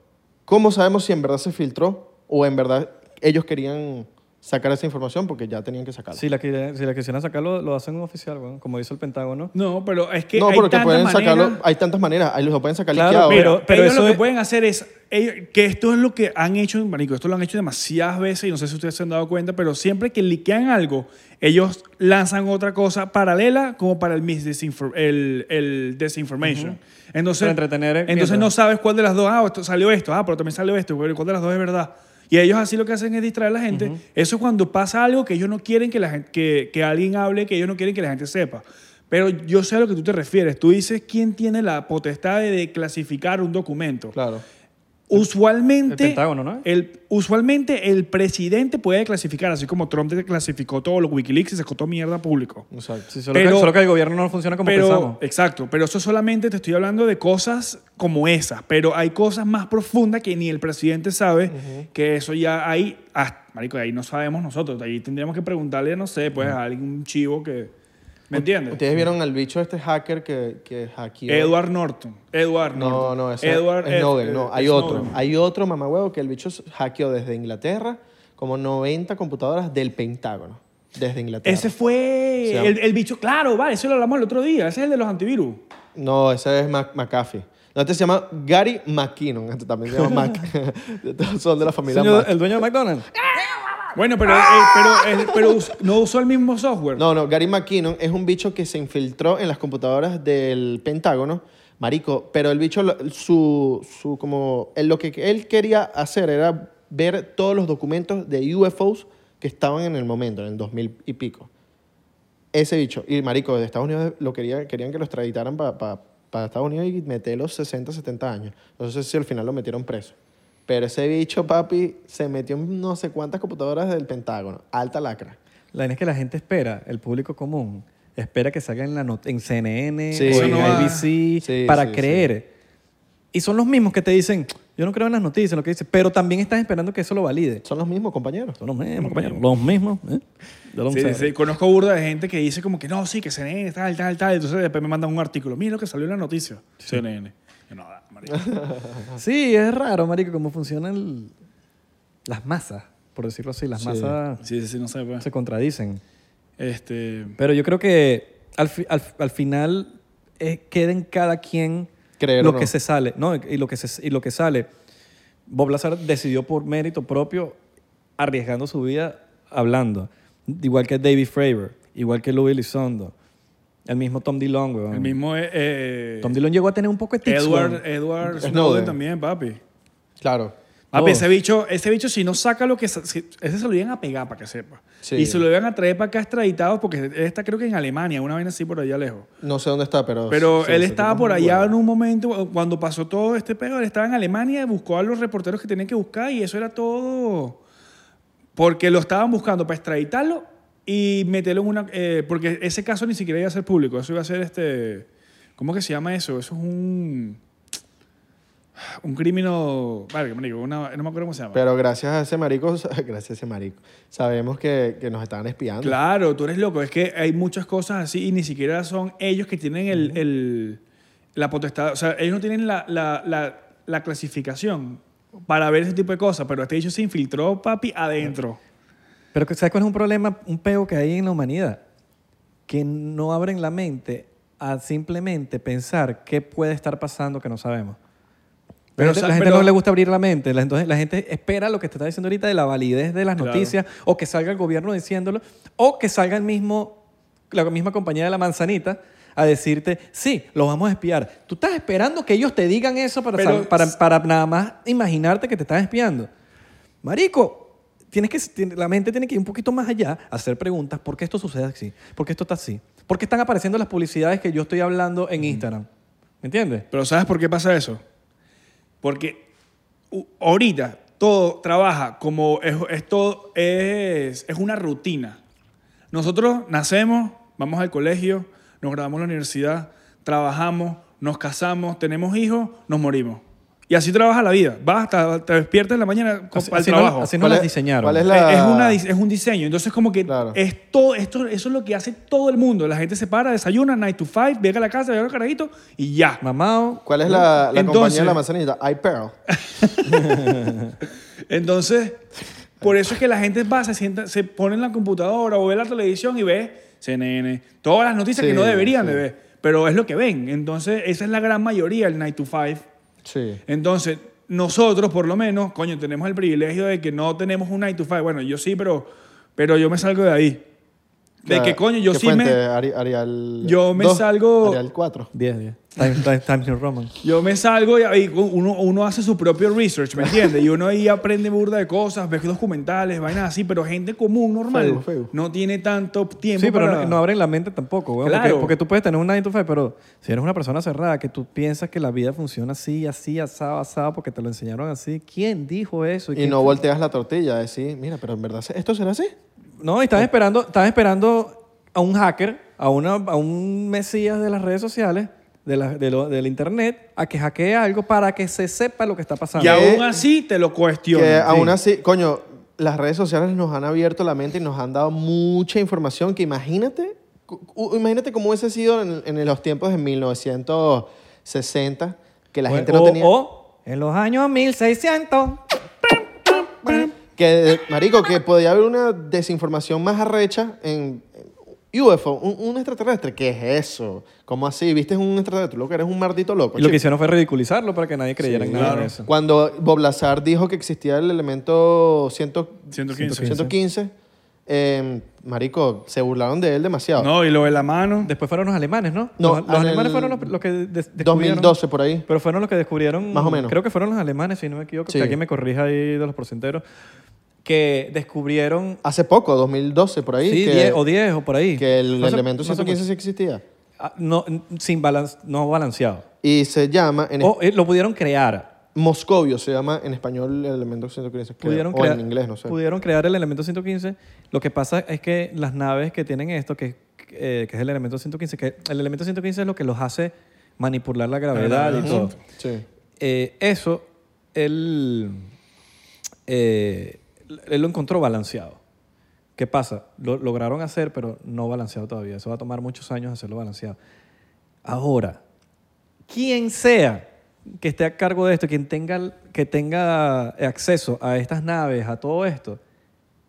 Speaker 2: ¿Cómo sabemos si en verdad se filtró o en verdad ellos querían sacar esa información porque ya tenían que sacarla.
Speaker 3: Si la, quiere- si la quisieran sacar, lo, lo hacen oficial, weón, como hizo el Pentágono.
Speaker 1: No, pero es que
Speaker 2: no,
Speaker 1: hay
Speaker 2: porque
Speaker 1: tantas
Speaker 2: pueden sacarlo,
Speaker 1: maneras.
Speaker 2: hay tantas maneras, ahí lo pueden sacar
Speaker 3: Claro,
Speaker 2: liqueado.
Speaker 3: mira,
Speaker 1: Pero,
Speaker 3: pero
Speaker 1: ellos
Speaker 3: eso
Speaker 1: lo que
Speaker 3: es-
Speaker 1: pueden hacer es ellos- que esto es lo que han hecho, marico, esto lo han hecho demasiadas veces y no sé si ustedes se han dado cuenta, pero siempre que liquean algo, ellos lanzan otra cosa paralela como para el misdesinfor- el, el desinformation. Entonces,
Speaker 3: Para entretener, eh,
Speaker 1: entonces
Speaker 3: mientras.
Speaker 1: no sabes cuál de las dos, ah, esto- salió esto, ah, pero también salió esto, pero cuál de las dos es verdad. Y ellos así lo que hacen es distraer a la gente. Eso es cuando pasa algo que ellos no quieren que, la gen- que, que alguien hable, que ellos no quieren que la gente sepa. Pero yo sé a lo que tú te refieres. Tú dices quién tiene la potestad de, de clasificar un documento.
Speaker 2: Claro.
Speaker 1: Usualmente,
Speaker 3: El Pentágono, ¿no?
Speaker 1: el- usualmente el presidente puede clasificar, así como Trump clasificó todo lo Wikileaks y sacó toda mierda a público.
Speaker 2: Exacto.
Speaker 3: Sí, solo, que-
Speaker 1: Pero-
Speaker 3: solo que, el gobierno no funciona como
Speaker 1: pero,
Speaker 3: pensamos.
Speaker 1: Exacto, pero eso solamente te estoy hablando de cosas como esas, pero hay cosas más profundas que ni el presidente sabe, que eso ya ahí, ah, marico, ahí no sabemos nosotros, ahí tendríamos que preguntarle, no sé, pues a algún chivo que... ¿Me entiendes?
Speaker 2: Ustedes vieron al bicho este hacker que, que hackeó.
Speaker 1: Edward Norton. Edward
Speaker 2: No,
Speaker 1: Norton.
Speaker 2: no, eso
Speaker 1: Edward
Speaker 2: es
Speaker 1: Ed-
Speaker 2: Snowden, no,
Speaker 1: eh,
Speaker 2: hay otro.
Speaker 1: Snowden.
Speaker 2: Hay otro mamahuevo que el bicho hackeó desde Inglaterra como 90 computadoras del Pentágono. Desde Inglaterra.
Speaker 1: Ese fue
Speaker 2: Se llama-
Speaker 1: el, el bicho, claro, vale, eso lo hablamos el otro día, ese es el de los antivirus.
Speaker 2: No, ese es Mac- McAfee. No, este se llama Gary McKinnon. Este también se llama Mac. Todos son de la familia
Speaker 3: Señor,
Speaker 2: Mac.
Speaker 3: el dueño de McDonald's.
Speaker 1: Bueno, pero, eh, pero, eh, pero us- no usó el mismo software.
Speaker 2: Ah. No, no, Gary McKinnon es un bicho que se infiltró en las computadoras del Pentágono, marico, pero el bicho, lo- su, su como, él- lo que él quería hacer era ver todos los documentos de UFOs que estaban en el momento, en el 2000 y pico. Ese bicho, y marico, de Estados Unidos lo quería, querían que los extraditaran para Estados Unidos y meterlos 60, 70 años. No sé si al final lo metieron preso. Pero ese bicho, papi, se metió en no sé cuántas computadoras del Pentágono. Alta lacra.
Speaker 3: La vaina es que la gente espera, el público común, espera que salga en, la not- en CNN
Speaker 2: Sí.
Speaker 3: o
Speaker 2: Eso
Speaker 3: en
Speaker 1: no va.
Speaker 3: IBC
Speaker 2: Sí,
Speaker 3: para
Speaker 2: sí,
Speaker 3: creer. Y son los mismos que te dicen, yo no creo en las noticias, lo que dice, pero también estás esperando que eso lo valide.
Speaker 2: Son los mismos compañeros.
Speaker 3: Son los mismos, compañero. Los mismos. ¿eh? Ya lo
Speaker 1: Sí,
Speaker 3: sabes.
Speaker 1: sí, conozco burda de gente que dice como que no, sí, que CNN, tal, tal, tal. Entonces después me mandan un artículo. Mira lo que salió en la noticia. CNN. Yo, no, ah, da, marico.
Speaker 3: Sí, es raro, marico, cómo funcionan el- las masas, por decirlo así. Las
Speaker 2: Sí.
Speaker 3: masas
Speaker 1: Sí, sí, sí, no sé. pues.
Speaker 3: se contradicen.
Speaker 1: Este,
Speaker 3: Pero yo creo que al, fi- al- al final eh, queda en cada quien
Speaker 2: Creer
Speaker 3: lo
Speaker 2: o no.
Speaker 3: que se sale, ¿no? Y lo que, se, y lo que sale. Bob Lazar decidió por mérito propio, arriesgando su vida hablando. Igual que David Fravor, igual que Louis Elizondo, el mismo Tom DeLonge. weón.
Speaker 1: el mismo eh, eh,
Speaker 3: Ah. Tom DeLonge llegó a tener un poco de tics,
Speaker 1: Edward, eh,
Speaker 3: weón.
Speaker 1: Edward Snowden,
Speaker 2: Snowden.
Speaker 1: también, papi.
Speaker 2: Claro.
Speaker 1: Papi,
Speaker 3: Todos.
Speaker 1: ese bicho, ese bicho si no saca lo que... sa- si- ese se lo iban a pegar para que sepa.
Speaker 2: Sí.
Speaker 1: Y se lo iban a traer para acá extraditado porque él está creo que en Alemania, una vez así por allá lejos.
Speaker 2: No sé dónde está, pero.
Speaker 1: Pero
Speaker 2: sí,
Speaker 1: él
Speaker 2: sí,
Speaker 1: estaba
Speaker 2: sí,
Speaker 1: por
Speaker 2: muy
Speaker 1: allá en
Speaker 2: bueno.
Speaker 1: un momento, eh, cuando pasó todo este pedo, él estaba en Alemania, buscó a los reporteros que tenía que buscar y eso era todo. Porque lo estaban buscando para extraditarlo y meterlo en una... eh, porque ese caso ni siquiera iba a ser público, eso iba a ser este... ¿Cómo que se llama eso? Eso es un... Un crimen... Vale, marico, una- no me acuerdo cómo se llama.
Speaker 2: Pero gracias a ese marico, gracias a ese marico, sabemos que, que nos estaban espiando.
Speaker 1: Claro, tú eres loco. Es que hay muchas cosas así y ni siquiera son ellos que tienen el, el- la potestad. O sea, ellos no tienen la, la- la- la clasificación para ver ese tipo de cosas, pero este hecho se infiltró, papi, adentro.
Speaker 3: Pero que- ¿sabes cuál es un problema, un peo que hay en la humanidad? Que no abren la mente a simplemente pensar qué puede estar pasando que no sabemos. La
Speaker 1: Pero,
Speaker 3: gente-
Speaker 1: o sea,
Speaker 3: la gente
Speaker 1: pero-
Speaker 3: no le gusta abrir la mente. La- Entonces la gente espera lo que te está diciendo ahorita de la validez de las
Speaker 1: Claro.
Speaker 3: noticias o que salga el gobierno diciéndolo o que salga el mismo, la misma compañía de la manzanita a decirte, sí, lo vamos a espiar. Tú estás esperando que ellos te digan eso para,
Speaker 1: Pero-
Speaker 3: sab- para, para nada más imaginarte que te están espiando. Marico, tienes que, tiene- la mente tiene que ir un poquito más allá, hacer preguntas, ¿por qué esto sucede así? ¿Por qué esto está así? ¿Por qué están apareciendo las publicidades que yo estoy hablando en Instagram? ¿Me entiendes?
Speaker 1: Pero ¿sabes por qué pasa eso? Porque u- ahorita todo trabaja como es, es todo- es, es una rutina. Nosotros nacemos, vamos al colegio, nos graduamos en la universidad, trabajamos, nos casamos, tenemos hijos, nos morimos. Y así trabaja la vida. Vas, hasta- te despiertas en la mañana con-
Speaker 3: Así-
Speaker 1: al
Speaker 3: así no-
Speaker 1: trabajo.
Speaker 3: así no
Speaker 2: ¿Cuál
Speaker 3: las
Speaker 2: es-
Speaker 3: diseñaron.
Speaker 2: cuál es
Speaker 1: Es-
Speaker 2: la-
Speaker 1: Es, una dis- es un diseño. Entonces, como que
Speaker 2: Claro.
Speaker 1: es todo, esto, eso es lo que hace todo el mundo. La gente se para, desayuna, 9 to 5, llega a la casa, llega los carajitos y ya.
Speaker 3: Mamao.
Speaker 2: ¿Cuál es la, la
Speaker 1: Entonces-
Speaker 2: compañía de la manzanita? iPearl.
Speaker 1: Entonces, Por eso es que la gente va, se, sienta, se pone en la computadora o ve la televisión y ve CNN, todas las noticias
Speaker 2: Sí,
Speaker 1: que no deberían
Speaker 2: sí.
Speaker 1: de ver, pero es lo que ven. Entonces, esa es la gran mayoría, el 9 to 5.
Speaker 2: Sí.
Speaker 1: Entonces, nosotros, por lo menos, coño, tenemos el privilegio de que no tenemos un 9 to 5. Bueno, yo sí, pero, pero yo me salgo de ahí. De
Speaker 2: Claro,
Speaker 1: que, coño, yo
Speaker 2: ¿qué
Speaker 1: sí
Speaker 2: fuente?
Speaker 1: me...
Speaker 2: Ari- Arial
Speaker 1: Yo me
Speaker 2: 2,
Speaker 1: salgo-
Speaker 2: Arial 4.
Speaker 3: 10, 10. Times time, time New Roman.
Speaker 1: Yo me salgo y, ahí uno, uno hace su propio research, ¿me entiendes? Y uno ahí aprende burda de cosas, ves documentales, vainas así, pero gente común, normal,
Speaker 2: Feo, feo.
Speaker 1: no tiene tanto tiempo
Speaker 3: Sí, pero
Speaker 1: para...
Speaker 3: no, no abren la mente tampoco, weón.
Speaker 1: Claro.
Speaker 3: Porque, porque tú puedes tener un 9 to 5, pero si eres una persona cerrada, que tú piensas que la vida funciona así, así, asado, asado, porque te lo enseñaron así. ¿Quién dijo eso?
Speaker 2: Y
Speaker 3: quién-
Speaker 2: no volteas la tortilla, decir, mira, pero en verdad, ¿esto será así?
Speaker 3: No, y estás esperando, estás esperando a un hacker, a, una, a un mesías de las redes sociales, de la- de lo- del internet, a que hackee algo para que se sepa lo que está pasando.
Speaker 1: Y aún
Speaker 2: Que-
Speaker 1: así te lo cuestionan.
Speaker 2: Que
Speaker 1: sí.
Speaker 2: aún así, coño, las redes sociales nos han abierto la mente y nos han dado mucha información que imagínate, cu- u- imagínate cómo hubiese sido en, en los tiempos de 1960, que la
Speaker 3: O-
Speaker 2: gente no
Speaker 3: Pues, o-
Speaker 2: tenía...
Speaker 3: o en los años 1600.
Speaker 2: Que, eh, marico, que podía haber una desinformación más arrecha en en UFO, un, un extraterrestre. ¿Qué es eso? ¿Cómo así? ¿Viste un extraterrestre? Tú lo que eres un maldito loco.
Speaker 3: Y lo que
Speaker 2: chico.
Speaker 3: hicieron fue ridiculizarlo para que nadie creyera en nada
Speaker 1: claro.
Speaker 3: de eso.
Speaker 2: Cuando Bob Lazar dijo que existía el elemento ciento-
Speaker 1: 115.
Speaker 2: 115, eh, marico, se burlaron de él demasiado.
Speaker 1: No, y lo de la mano.
Speaker 3: Después fueron los alemanes, ¿no?
Speaker 2: No,
Speaker 3: los, los
Speaker 2: en
Speaker 3: alemanes
Speaker 2: el
Speaker 3: fueron los, los que de- descubrieron.
Speaker 2: 2012 por ahí.
Speaker 3: Pero fueron los que descubrieron.
Speaker 2: Más o menos.
Speaker 3: Creo que fueron los alemanes, si no me equivoco.
Speaker 2: Sí.
Speaker 3: Que alguien me corrija ahí de los porcenteros. Que descubrieron.
Speaker 2: Hace poco, 2012 por ahí.
Speaker 3: sí,
Speaker 2: que,
Speaker 3: 10 o 10 o por ahí.
Speaker 2: que el
Speaker 3: No sé-
Speaker 2: elemento
Speaker 3: no sé
Speaker 2: 115
Speaker 3: mucho.
Speaker 2: sí existía.
Speaker 3: Ah, No, n- sin balance, no balanceado.
Speaker 2: Y se llama, en
Speaker 3: O eh, lo pudieron crear.
Speaker 2: Moscovio se llama en español el elemento 115. creo.
Speaker 3: Pudieron
Speaker 2: o
Speaker 3: crear,
Speaker 2: en inglés, no sé.
Speaker 3: Pudieron crear el elemento 115. Lo que pasa es que las naves que tienen esto, que, eh, que es el elemento 115, que el elemento 115 es lo que los hace manipular la gravedad y todo.
Speaker 2: Sí.
Speaker 3: Eh, eso, él, eh, él lo encontró balanceado. ¿Qué pasa? Lo lograron hacer, pero no balanceado todavía. Eso va a tomar muchos años hacerlo balanceado. Ahora, quien sea que esté a cargo de esto, quien tenga, que tenga acceso a estas naves, a todo esto,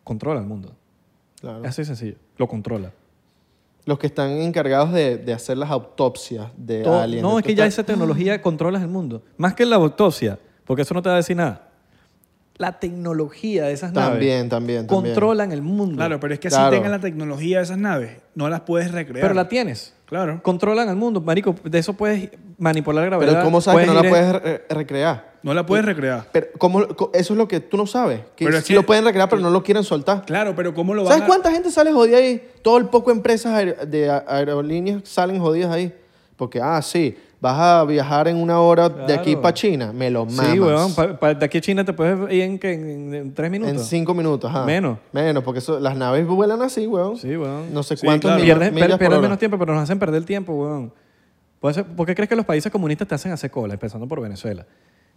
Speaker 3: controla el mundo.
Speaker 2: Claro.
Speaker 3: Así de sencillo. Lo controla.
Speaker 2: Los que están encargados de, de hacer las autopsias de
Speaker 3: Todo-
Speaker 2: aliens.
Speaker 3: no,
Speaker 2: de
Speaker 3: es que ya
Speaker 2: total-
Speaker 3: esa tecnología controlas el mundo. Más que la autopsia, porque eso no te va a decir nada. La tecnología de esas
Speaker 2: También,
Speaker 3: naves
Speaker 2: también, también.
Speaker 3: controlan el mundo.
Speaker 1: Claro, pero es que
Speaker 2: Claro.
Speaker 1: si tengan la tecnología de esas naves, no las puedes recrear.
Speaker 3: Pero la tienes.
Speaker 1: Claro.
Speaker 3: Controlan el mundo, marico. De eso puedes manipular la gravedad.
Speaker 2: Pero ¿cómo sabes que no la
Speaker 3: ir en-
Speaker 2: puedes re- eh, recrear?
Speaker 1: No la puedes recrear.
Speaker 2: Pero, ¿cómo- co- eso es lo que tú no sabes. Que
Speaker 1: Pero es
Speaker 2: sí
Speaker 1: que-
Speaker 2: lo pueden recrear, pero no lo quieren soltar.
Speaker 1: Claro, pero ¿cómo lo van
Speaker 2: ¿Sabes
Speaker 1: a-
Speaker 2: cuánta gente sale jodida ahí? Todo el poco empresas aer- de a- aerolíneas salen jodidas ahí. Porque, ah, sí, vas a viajar en una hora de aquí
Speaker 3: Claro.
Speaker 2: para China. Me lo mamas.
Speaker 3: Sí, weón. pa- pa- de aquí a China te puedes ir en, ¿qué? en, en- en tres minutos.
Speaker 2: En cinco minutos, ajá.
Speaker 3: Menos.
Speaker 2: Menos, porque eso- las naves vuelan así, weón.
Speaker 3: Sí, weón.
Speaker 2: No sé
Speaker 1: Sí,
Speaker 2: cuántos
Speaker 1: claro.
Speaker 2: mil-
Speaker 3: Pierdes,
Speaker 2: millas
Speaker 3: per-
Speaker 2: por
Speaker 3: pierdes
Speaker 2: hora.
Speaker 3: menos tiempo, pero nos hacen perder el tiempo, weón. Por eso- ¿Por qué crees que los países comunistas te hacen hacer cola, empezando por Venezuela?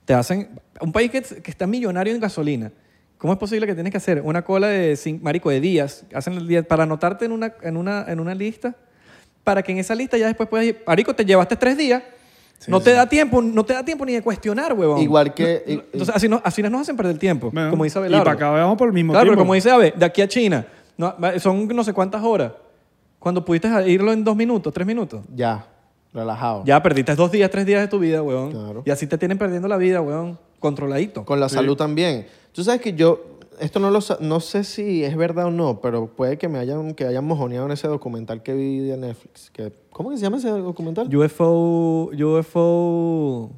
Speaker 3: Te hacen... Un país que, que está millonario en gasolina. ¿Cómo es posible que tienes que hacer una cola de, cin- marico, de días? Hacen el día para anotarte en una, en, una, en una lista, para que en esa lista ya después puedas ir... Marico, te llevaste tres días. no te da tiempo, no te da tiempo ni de cuestionar, weón.
Speaker 2: Igual que-
Speaker 3: No- no-
Speaker 2: y-
Speaker 3: entonces, así, no- así nos hacen perder el tiempo,
Speaker 1: Bueno,
Speaker 3: como dice
Speaker 1: y
Speaker 3: Abelardo.
Speaker 1: para acá vamos por el mismo
Speaker 3: Claro, pero
Speaker 1: tiempo.
Speaker 3: como dice Abe, de aquí a China, no, va- son no sé cuántas horas. Cuando pudiste irlo en dos minutos, tres minutos.
Speaker 2: Ya, relajado.
Speaker 3: Ya perdiste dos días, tres días de tu vida, weón.
Speaker 2: Claro.
Speaker 3: Y así te tienen perdiendo la vida, weón. Controladito.
Speaker 2: Con la salud también. Tú sabes que yo, esto no lo sa- no sé si es verdad o no, pero puede que me hayan, que hayan mojoneado en ese documental que vi de Netflix. Que, ¿Cómo que se llama ese documental?
Speaker 3: UFO. UFO.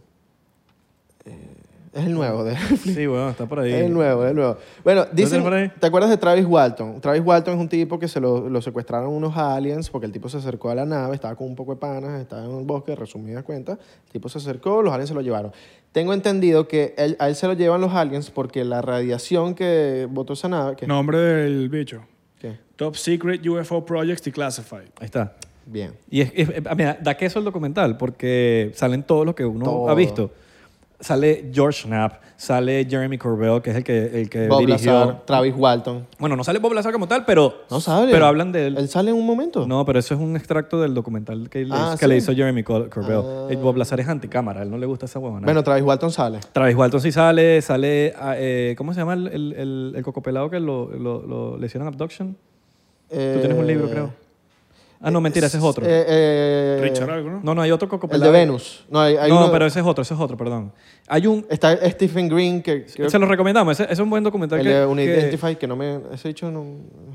Speaker 2: es el nuevo de
Speaker 3: Sí, weón, está por ahí.
Speaker 2: Es el nuevo, es el nuevo. Bueno, dicen,
Speaker 3: por ahí?
Speaker 2: ¿te acuerdas de Travis Walton? Travis Walton es un tipo que se lo, lo secuestraron unos aliens porque el tipo se acercó a la nave, estaba con un poco de panas, estaba en un bosque, resumidas cuentas. El tipo se acercó, los aliens se lo llevaron. Tengo entendido que él- a él se lo llevan los aliens porque la radiación que botó esa nave... Que,
Speaker 1: Nombre del bicho.
Speaker 2: ¿qué?
Speaker 1: Top Secret UFO Projects Declassified.
Speaker 3: Ahí está.
Speaker 2: Bien.
Speaker 3: Y es, es- eh, mira, da queso el documental porque salen todos los que uno
Speaker 2: Todo.
Speaker 3: ha visto. sale George Knapp, sale Jeremy Corbell, que es el que, el que
Speaker 2: Bob
Speaker 3: eh, dirigió.
Speaker 2: Lazar, Travis Walton.
Speaker 3: Bueno, no sale Bob Lazar como tal, pero.
Speaker 2: No sale.
Speaker 3: Pero hablan de él.
Speaker 2: Él sale en un momento.
Speaker 3: No, pero eso es un extracto del documental que, le-
Speaker 2: Ah,
Speaker 3: que le
Speaker 2: ¿sí?
Speaker 3: hizo Jeremy Cor- Corbell.
Speaker 2: Ah.
Speaker 3: Eh, Bob Lazar es anticámara, a él no le gusta esa huevona.
Speaker 2: Bueno, Travis Walton sale.
Speaker 3: Travis Walton sí sale, sale, ah, eh, ¿cómo se llama el, el, el, el cocopelado que lo, lo, lo- le hicieron abduction? Tú tienes un libro, creo. Ah, no, mentira, ese es otro.
Speaker 2: Eh, eh,
Speaker 1: Richard algo, ¿no?
Speaker 3: no, no, hay otro
Speaker 2: El
Speaker 3: cocopelado.
Speaker 2: de Venus. No, hay, hay
Speaker 3: no,
Speaker 2: uno-
Speaker 3: pero ese es otro, ese es otro, perdón. Hay un,
Speaker 2: Está Stephen Green, que creo
Speaker 3: se lo recomendamos, ese, ese es un buen documental
Speaker 2: el
Speaker 3: que...
Speaker 2: de
Speaker 3: que-
Speaker 2: Unidentify, que, no me... Ese dicho no,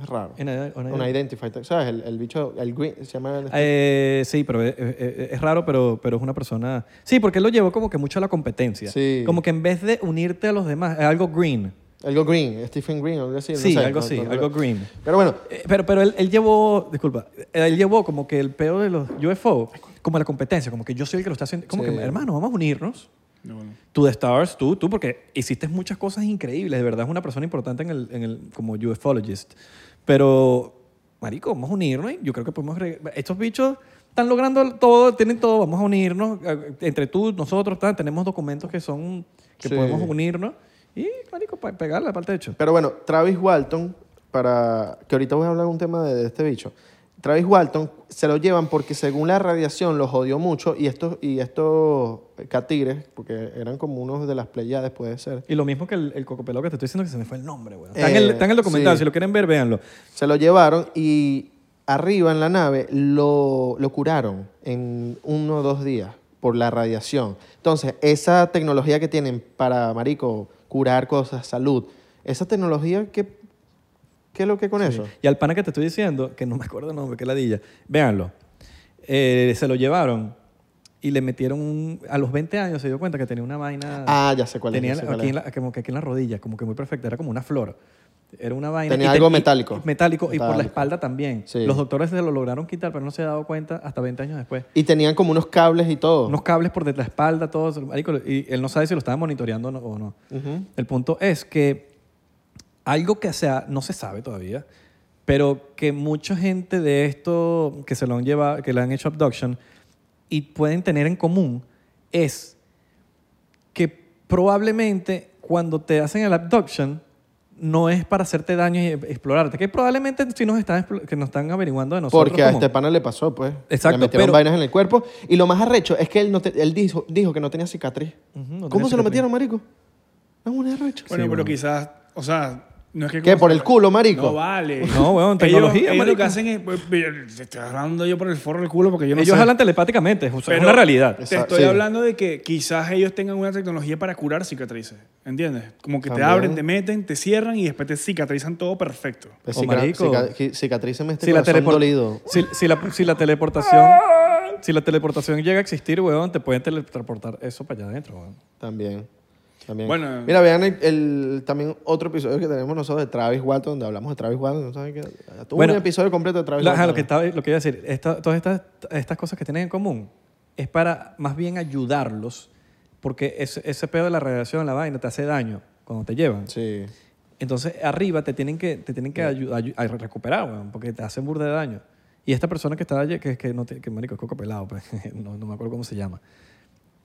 Speaker 2: es raro.
Speaker 3: en- en- en-
Speaker 2: Unidentify, ¿sabes? El, el bicho, el Green, se llama... el-
Speaker 3: Eh, sí, pero es, es- es raro, pero, pero es una persona... Sí, porque él lo llevó como que mucho a la competencia.
Speaker 2: Sí.
Speaker 3: Como que en vez de unirte a los demás, es algo green.
Speaker 2: Algo Green, Stephen Green, algo así. no
Speaker 3: Sí,
Speaker 2: sé,
Speaker 3: algo
Speaker 2: no-
Speaker 3: así,
Speaker 2: no- no-
Speaker 3: algo green.
Speaker 2: Pero bueno,
Speaker 3: Eh, Pero, pero él, él llevó, disculpa, él llevó como que el peor de los UFO, como la competencia, como que yo soy el que lo está haciendo. Como
Speaker 2: Sí.
Speaker 3: que, hermano, vamos a unirnos.
Speaker 1: De bueno.
Speaker 3: Tú de Stars, tú, tú, porque hiciste muchas cosas increíbles. De verdad, es una persona importante en el, en el, como ufologist. Pero, marico, vamos a unirnos. y Yo creo que podemos... re- Estos bichos están logrando todo, tienen todo. Vamos a unirnos. eh, Entre tú, nosotros, tal, tenemos documentos que son... que
Speaker 2: Sí.
Speaker 3: podemos unirnos. Y, marico, para pegarla para el techo.
Speaker 2: pero bueno, Travis Walton, para... Que ahorita voy a hablar un tema de, de este bicho. Travis Walton se lo llevan porque según la radiación los jodió mucho y estos, y estos catires, porque eran como unos de las playas puede ser,
Speaker 3: Y lo mismo que el, el cocopelado que te estoy diciendo que se me fue el nombre, güey. Está, en el-
Speaker 2: Eh,
Speaker 3: está en el documental,
Speaker 2: sí.
Speaker 3: si lo quieren ver, véanlo.
Speaker 2: Se lo llevaron y arriba en la nave lo, lo curaron en uno o dos días por la radiación. Entonces, esa tecnología que tienen para, marico, curar cosas, salud, esa tecnología, ¿qué, qué es lo que con eso?
Speaker 3: Y al pana que te estoy diciendo, que no me acuerdo el nombre, que es ladilla, véanlo. Eh, se lo llevaron y le metieron un- A los 20 años se dio cuenta que tenía una vaina...
Speaker 2: Ah, ya sé cuál es,
Speaker 3: tenía
Speaker 2: ya sé cuál
Speaker 3: aquí
Speaker 2: es.
Speaker 3: en la- como que aquí en la rodilla, como que muy perfecta. Era como una flor. Era una vaina...
Speaker 2: Tenía
Speaker 3: y te-
Speaker 2: algo
Speaker 3: y-
Speaker 2: metálico.
Speaker 3: y- metálico. Y por la
Speaker 2: Metálico.
Speaker 3: espalda también.
Speaker 2: Sí.
Speaker 3: Los doctores se lo lograron quitar, pero no se ha dado cuenta hasta 20 años después.
Speaker 2: Y tenían como unos cables y todo.
Speaker 3: unos cables por detrás de la espalda, todo. eso, marico, y él no sabe si lo estaban monitoreando o no- o no.
Speaker 2: Ujú.
Speaker 3: El punto es que algo que sea, no se sabe todavía, pero que mucha gente de esto que se lo han llevado, que le han hecho abduction y pueden tener en común es que probablemente cuando te hacen el abduction no es para hacerte daño y e- explorarte, que probablemente si nos están, explo- que nos están averiguando de nosotros.
Speaker 2: Porque a
Speaker 3: como-
Speaker 2: este pana le pasó, pues.
Speaker 3: Exacto,
Speaker 2: Le metieron
Speaker 3: pero-
Speaker 2: vainas en el cuerpo. Y lo más arrecho es que él, no te- él dijo, dijo que no tenía cicatriz.
Speaker 3: Ujú, no
Speaker 2: ¿Cómo
Speaker 3: tiene
Speaker 2: se lo
Speaker 3: cicatriz.
Speaker 2: metieron, marico? Es un arrecho.
Speaker 1: Bueno,
Speaker 3: Sí,
Speaker 1: pero
Speaker 3: bueno.
Speaker 1: quizás, o sea, no es que...
Speaker 2: ¿Qué, por el culo, marico?
Speaker 1: No vale.
Speaker 3: No, weón,
Speaker 1: Ellos,
Speaker 3: tecnología,
Speaker 1: ellos lo que
Speaker 3: marico.
Speaker 1: hacen es... pues, Te estoy hablando yo por el forro del culo porque yo no
Speaker 3: Ellos
Speaker 1: sé.
Speaker 3: hablan telepáticamente, o sea, es
Speaker 1: Pero
Speaker 3: una realidad.
Speaker 1: Te
Speaker 2: Exacto,
Speaker 1: estoy
Speaker 2: sí.
Speaker 1: hablando de que quizás ellos tengan una tecnología para curar cicatrices, ¿entiendes? Como que
Speaker 2: También.
Speaker 1: te abren, te meten, te cierran y después te cicatrizan todo perfecto.
Speaker 2: Pues
Speaker 3: O
Speaker 2: cica-
Speaker 3: oh, marico.
Speaker 2: cica- ci- cicatríceme este
Speaker 3: si la,
Speaker 2: corazón
Speaker 3: telepor-
Speaker 2: dolido.
Speaker 3: si, si la, si la teleportación si la teleportación llega a existir weón te pueden teletransportar eso para allá adentro weón.
Speaker 2: También. También.
Speaker 1: Bueno.
Speaker 2: Mira, vean el, el- también otro episodio que tenemos nosotros de Travis Walton, donde hablamos de Travis Walton. ¿no saben qué? Tuvo
Speaker 3: Bueno,
Speaker 2: un episodio completo de Travis
Speaker 3: La- ajá,
Speaker 2: Walton.
Speaker 3: lo que estaba- lo que iba a decir esta- todas estas estas cosas que tienen en común es para más bien ayudarlos porque ese, ese pedo de la radiación la vaina te hace daño cuando te llevan
Speaker 2: Sí.
Speaker 3: entonces arriba te tienen que te tienen que ayu- ayu- a recuperar weón, porque te hacen burda de daño y esta persona que estaba allí, que, que no te- que marico es coco pelado pues, no, no me acuerdo cómo se llama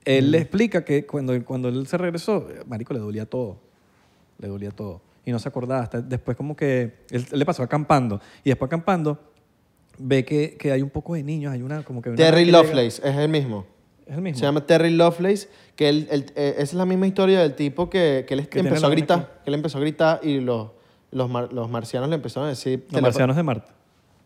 Speaker 2: Mm.
Speaker 3: Él le explica que cuando, cuando él se regresó, eh, marico, le dolía todo. Le dolía todo. Y no se acordaba. Hasta después como que... Él él le pasó acampando. Y después acampando, ve que, que hay un poco de niños. Hay una como que... una-
Speaker 2: Terry
Speaker 3: que llega-
Speaker 2: Lovelace, es el mismo.
Speaker 3: Es el mismo.
Speaker 2: Se llama Terry Lovelace, que él, él- eh, esa es la misma historia del tipo que, que él
Speaker 3: Que tiene
Speaker 2: empezó a
Speaker 3: la vaina
Speaker 2: gritar. Que él empezó a gritar y los, los, mar- los marcianos le empezaron a decir...
Speaker 3: Los
Speaker 2: telefo-
Speaker 3: marcianos de Marte.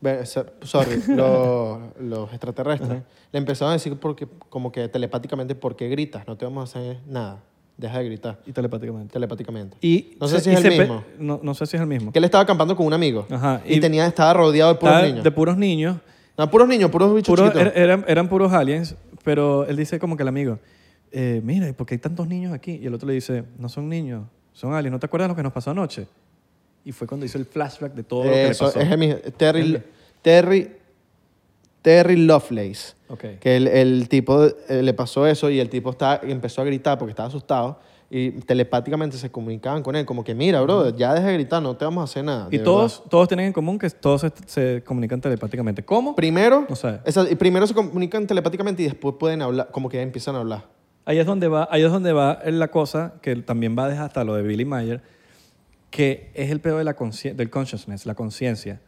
Speaker 2: Ve- so- Sorry, los, los extraterrestres. Le empezaron a decir porque, como que telepáticamente, ¿por qué gritas? No te vamos a hacer nada. Deja de gritar.
Speaker 3: Y telepáticamente.
Speaker 2: Telepáticamente.
Speaker 3: Y
Speaker 2: No sé
Speaker 3: se-
Speaker 2: si
Speaker 3: y
Speaker 2: es el
Speaker 3: se pe-
Speaker 2: mismo.
Speaker 3: No, no sé si es el mismo.
Speaker 2: Que él estaba acampando con un amigo.
Speaker 3: Ajá,
Speaker 2: Y,
Speaker 3: y-
Speaker 2: tenía, estaba rodeado de puros
Speaker 3: Estaba
Speaker 2: niños.
Speaker 3: De puros niños.
Speaker 2: No, puros niños, puros bichos
Speaker 3: Puros-
Speaker 2: chiquitos.
Speaker 3: er- eran, eran puros aliens. Pero él dice como que el amigo... eh, mira, ¿y por qué hay tantos niños aquí? Y el otro le dice... No son niños. Son aliens. ¿No te acuerdas lo que nos pasó anoche? Y fue cuando hizo el flashback de todo lo que le
Speaker 2: Eso,
Speaker 3: pasó.
Speaker 2: es el mismo. Terry, Terry, Terry Lovelace.
Speaker 3: Ok.
Speaker 2: Que el, el tipo eh, le pasó eso y el tipo está, empezó a gritar porque estaba asustado. Y telepáticamente se comunicaban con él, como que mira, bro, ya deja de gritar, no te vamos a hacer nada. de
Speaker 3: Y
Speaker 2: verdad".
Speaker 3: todos, todos tienen en común que todos se, se comunican telepáticamente. ¿Cómo?
Speaker 2: Primero,
Speaker 3: No sé.
Speaker 2: esa- y primero se comunican telepáticamente y después pueden hablar, como que empiezan a hablar.
Speaker 3: ahí es donde va, ahí es donde va la cosa que también va desde hasta lo de Billy Mayer, que es el pedo de la consci- del consciousness, la conciencia.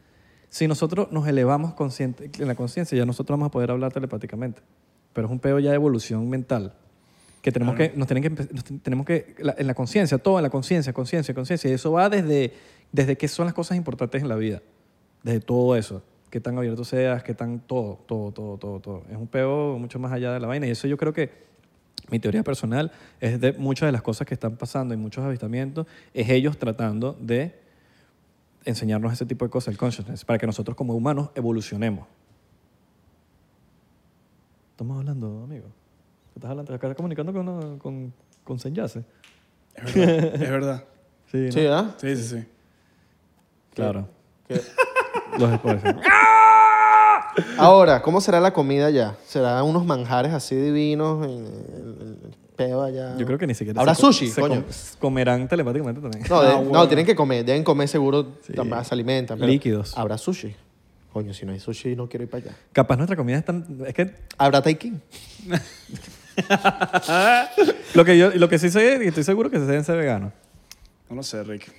Speaker 3: Si nosotros nos elevamos consciente, en la conciencia, ya nosotros vamos a poder hablar telepáticamente. Pero es un pedo ya de evolución mental. Que tenemos que, nos tienen que, empe- nos ten- tenemos que, la- en la conciencia, todo en la conciencia, conciencia, conciencia. Y eso va desde, desde qué son las cosas importantes en la vida. Desde todo eso. Qué tan abierto seas, qué tan todo, todo, todo, todo, todo. Es un pedo mucho más allá de la vaina. Y eso yo creo que mi teoría personal es de muchas de las cosas que están pasando y muchos avistamientos, es ellos tratando de enseñarnos ese tipo de cosas, el consciousness, para que nosotros como humanos evolucionemos. Estamos hablando, amigo. Estás hablando, te estás comunicando con, con, con Senyase.
Speaker 1: Es verdad. es verdad.
Speaker 3: Sí, ¿no?
Speaker 2: Sí, ¿verdad?
Speaker 1: Sí, sí, sí.
Speaker 3: claro.
Speaker 2: Que-
Speaker 3: Los spoilers.
Speaker 2: Ahora, ¿cómo será la comida allá? ¿Será unos manjares así divinos? en el, el peo allá?
Speaker 3: Yo creo que ni siquiera.
Speaker 2: ¿Habrá
Speaker 3: co-
Speaker 2: sushi,
Speaker 3: se
Speaker 2: coño?
Speaker 3: com- comerán telepáticamente también.
Speaker 2: No,
Speaker 1: Ah,
Speaker 2: de-
Speaker 1: bueno.
Speaker 2: no, tienen que comer, deben comer seguro, también se alimentan. pero
Speaker 3: Líquidos.
Speaker 2: Habrá sushi. Coño, si no hay sushi, no quiero ir para allá.
Speaker 3: Capaz nuestra comida es tan. Es que
Speaker 2: Habrá taikin.
Speaker 3: lo que, yo, lo que sí sé, y estoy seguro que se deben ser veganos.
Speaker 1: No lo sé, Rick.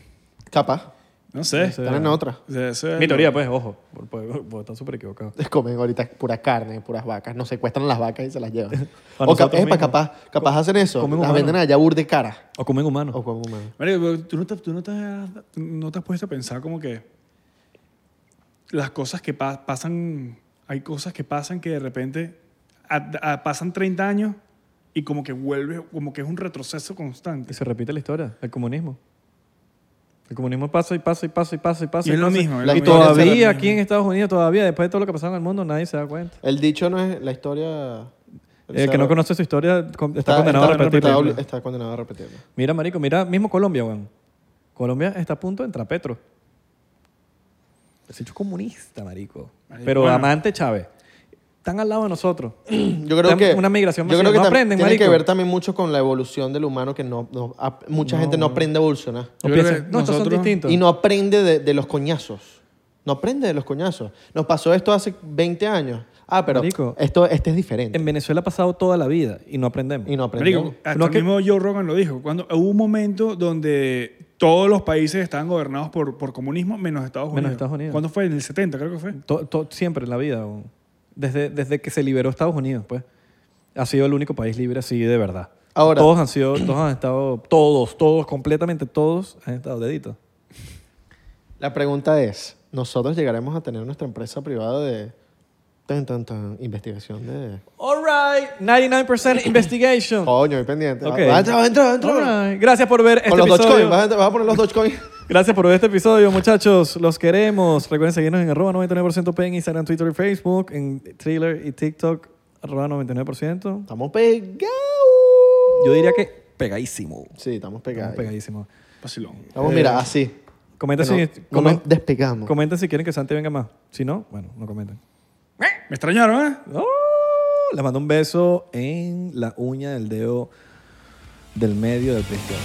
Speaker 2: Capaz.
Speaker 1: No sé.
Speaker 3: No sé.
Speaker 2: Están en otra.
Speaker 1: Ese es
Speaker 3: Mi
Speaker 1: lo-
Speaker 3: teoría, pues, ojo, por- por- por estar súper equivocado.
Speaker 2: Comen ahorita pura carne, puras vacas. No secuestran las vacas y se las llevan.
Speaker 3: Para
Speaker 2: o capaz,
Speaker 3: nosotros mismos.
Speaker 2: capaz, capaz hacen eso.
Speaker 3: Comen
Speaker 2: Las
Speaker 3: humanos.
Speaker 2: venden allá burde cara.
Speaker 3: O comen humanos.
Speaker 2: O comen humanos.
Speaker 1: Marico, pero tú no te, tú no te has- no te has puesto a pensar como que las cosas que pa- pasan, hay cosas que pasan que de repente a- a- pasan 30 años y como que vuelve, como que es un retroceso
Speaker 3: Y
Speaker 1: constante.
Speaker 3: se repite la historia, el comunismo. El comunismo pasa y pasa y pasa y pasa y pasa.
Speaker 1: Y es lo
Speaker 3: pasa.
Speaker 1: mismo, es
Speaker 2: lo
Speaker 3: Y
Speaker 2: mismo.
Speaker 1: Es lo
Speaker 3: todavía aquí
Speaker 1: mismo.
Speaker 3: en Estados Unidos, todavía después de todo lo que pasaba en el mundo, nadie se da cuenta.
Speaker 2: El dicho no es la historia...
Speaker 3: El que no conoce su historia con- está, condenado a
Speaker 2: Está,
Speaker 3: repetirla.
Speaker 2: obli- está condenado a repetirla.
Speaker 3: Mira, marico, mira, mismo Colombia, weón. Colombia está a punto de entrar Petro. El hecho comunista, marico.
Speaker 1: Marico,
Speaker 3: Pero
Speaker 1: bueno.
Speaker 3: amante Chávez. Están al lado de nosotros.
Speaker 2: Yo creo
Speaker 3: Tem-
Speaker 2: que
Speaker 3: una migración
Speaker 2: yo
Speaker 3: masiva.
Speaker 2: creo que
Speaker 3: No
Speaker 2: tam-
Speaker 3: aprenden,
Speaker 2: tiene que
Speaker 3: marico.
Speaker 2: ver también mucho con la evolución del humano que no, no- ap- mucha gente no aprende a evolucionar
Speaker 3: No,
Speaker 1: Yo creo
Speaker 3: piensan,
Speaker 1: que
Speaker 3: no estos son
Speaker 1: nosotros-
Speaker 3: distintos.
Speaker 2: y no aprende de, de los coñazos. No aprende de los coñazos. Nos pasó esto hace 20 años. Ah, pero
Speaker 3: Marico. Em,
Speaker 2: esto este es diferente
Speaker 3: En Venezuela ha pasado toda la vida y no aprendemos.
Speaker 2: y no aprende.
Speaker 1: Marico, hasta
Speaker 3: No,
Speaker 1: el
Speaker 3: que-
Speaker 1: mismo Joe Rogan lo dijo. Cuando hubo un momento donde todos los países estaban gobernados por, por comunismo menos Estados Unidos.
Speaker 3: Menos Estados Unidos.
Speaker 1: ¿Cuándo fue? En el 70 creo que fue.
Speaker 3: To- to- siempre en la vida. weón. Desde, desde que se liberó Estados Unidos, pues. Ha sido el único país libre así de verdad.
Speaker 2: Ahora-
Speaker 3: Todos han sido, todos han estado, todos, todos, completamente todos han estado deditos.
Speaker 2: La pregunta es, nosotros llegaremos a tener nuestra empresa privada de tan tan tan investigación de
Speaker 3: All right, 99% investigation.
Speaker 2: coño, muy pendiente.
Speaker 3: Ok.
Speaker 2: Va, entra, entra, entra.
Speaker 3: All right. Gracias por ver este
Speaker 2: Con los Dogecoin,
Speaker 3: episodio.
Speaker 2: vas a, vas a poner los Dogecoin.
Speaker 3: Gracias por ver este episodio, muchachos. Los queremos. Recuerden seguirnos en arroba 99% P en Instagram, Twitter y Facebook, en Thriller y TikTok, arroba 99%.
Speaker 2: Estamos pegados.
Speaker 3: Yo diría que pegadísimo.
Speaker 2: Sí, estamos
Speaker 3: Estamos Eh,
Speaker 2: pegados.
Speaker 3: pegadísimo.
Speaker 1: Vacilón.
Speaker 2: Estamos, mira, así.
Speaker 3: Comenta
Speaker 2: Que no-
Speaker 3: si,
Speaker 2: no
Speaker 3: comen-
Speaker 2: nos despegamos.
Speaker 3: comenten si quieren que Santi venga más. Si no, bueno, no comenten.
Speaker 1: Me extrañaron, ¿eh?
Speaker 3: Oh, les mando un beso en la uña del dedo del medio del pie izquierdo.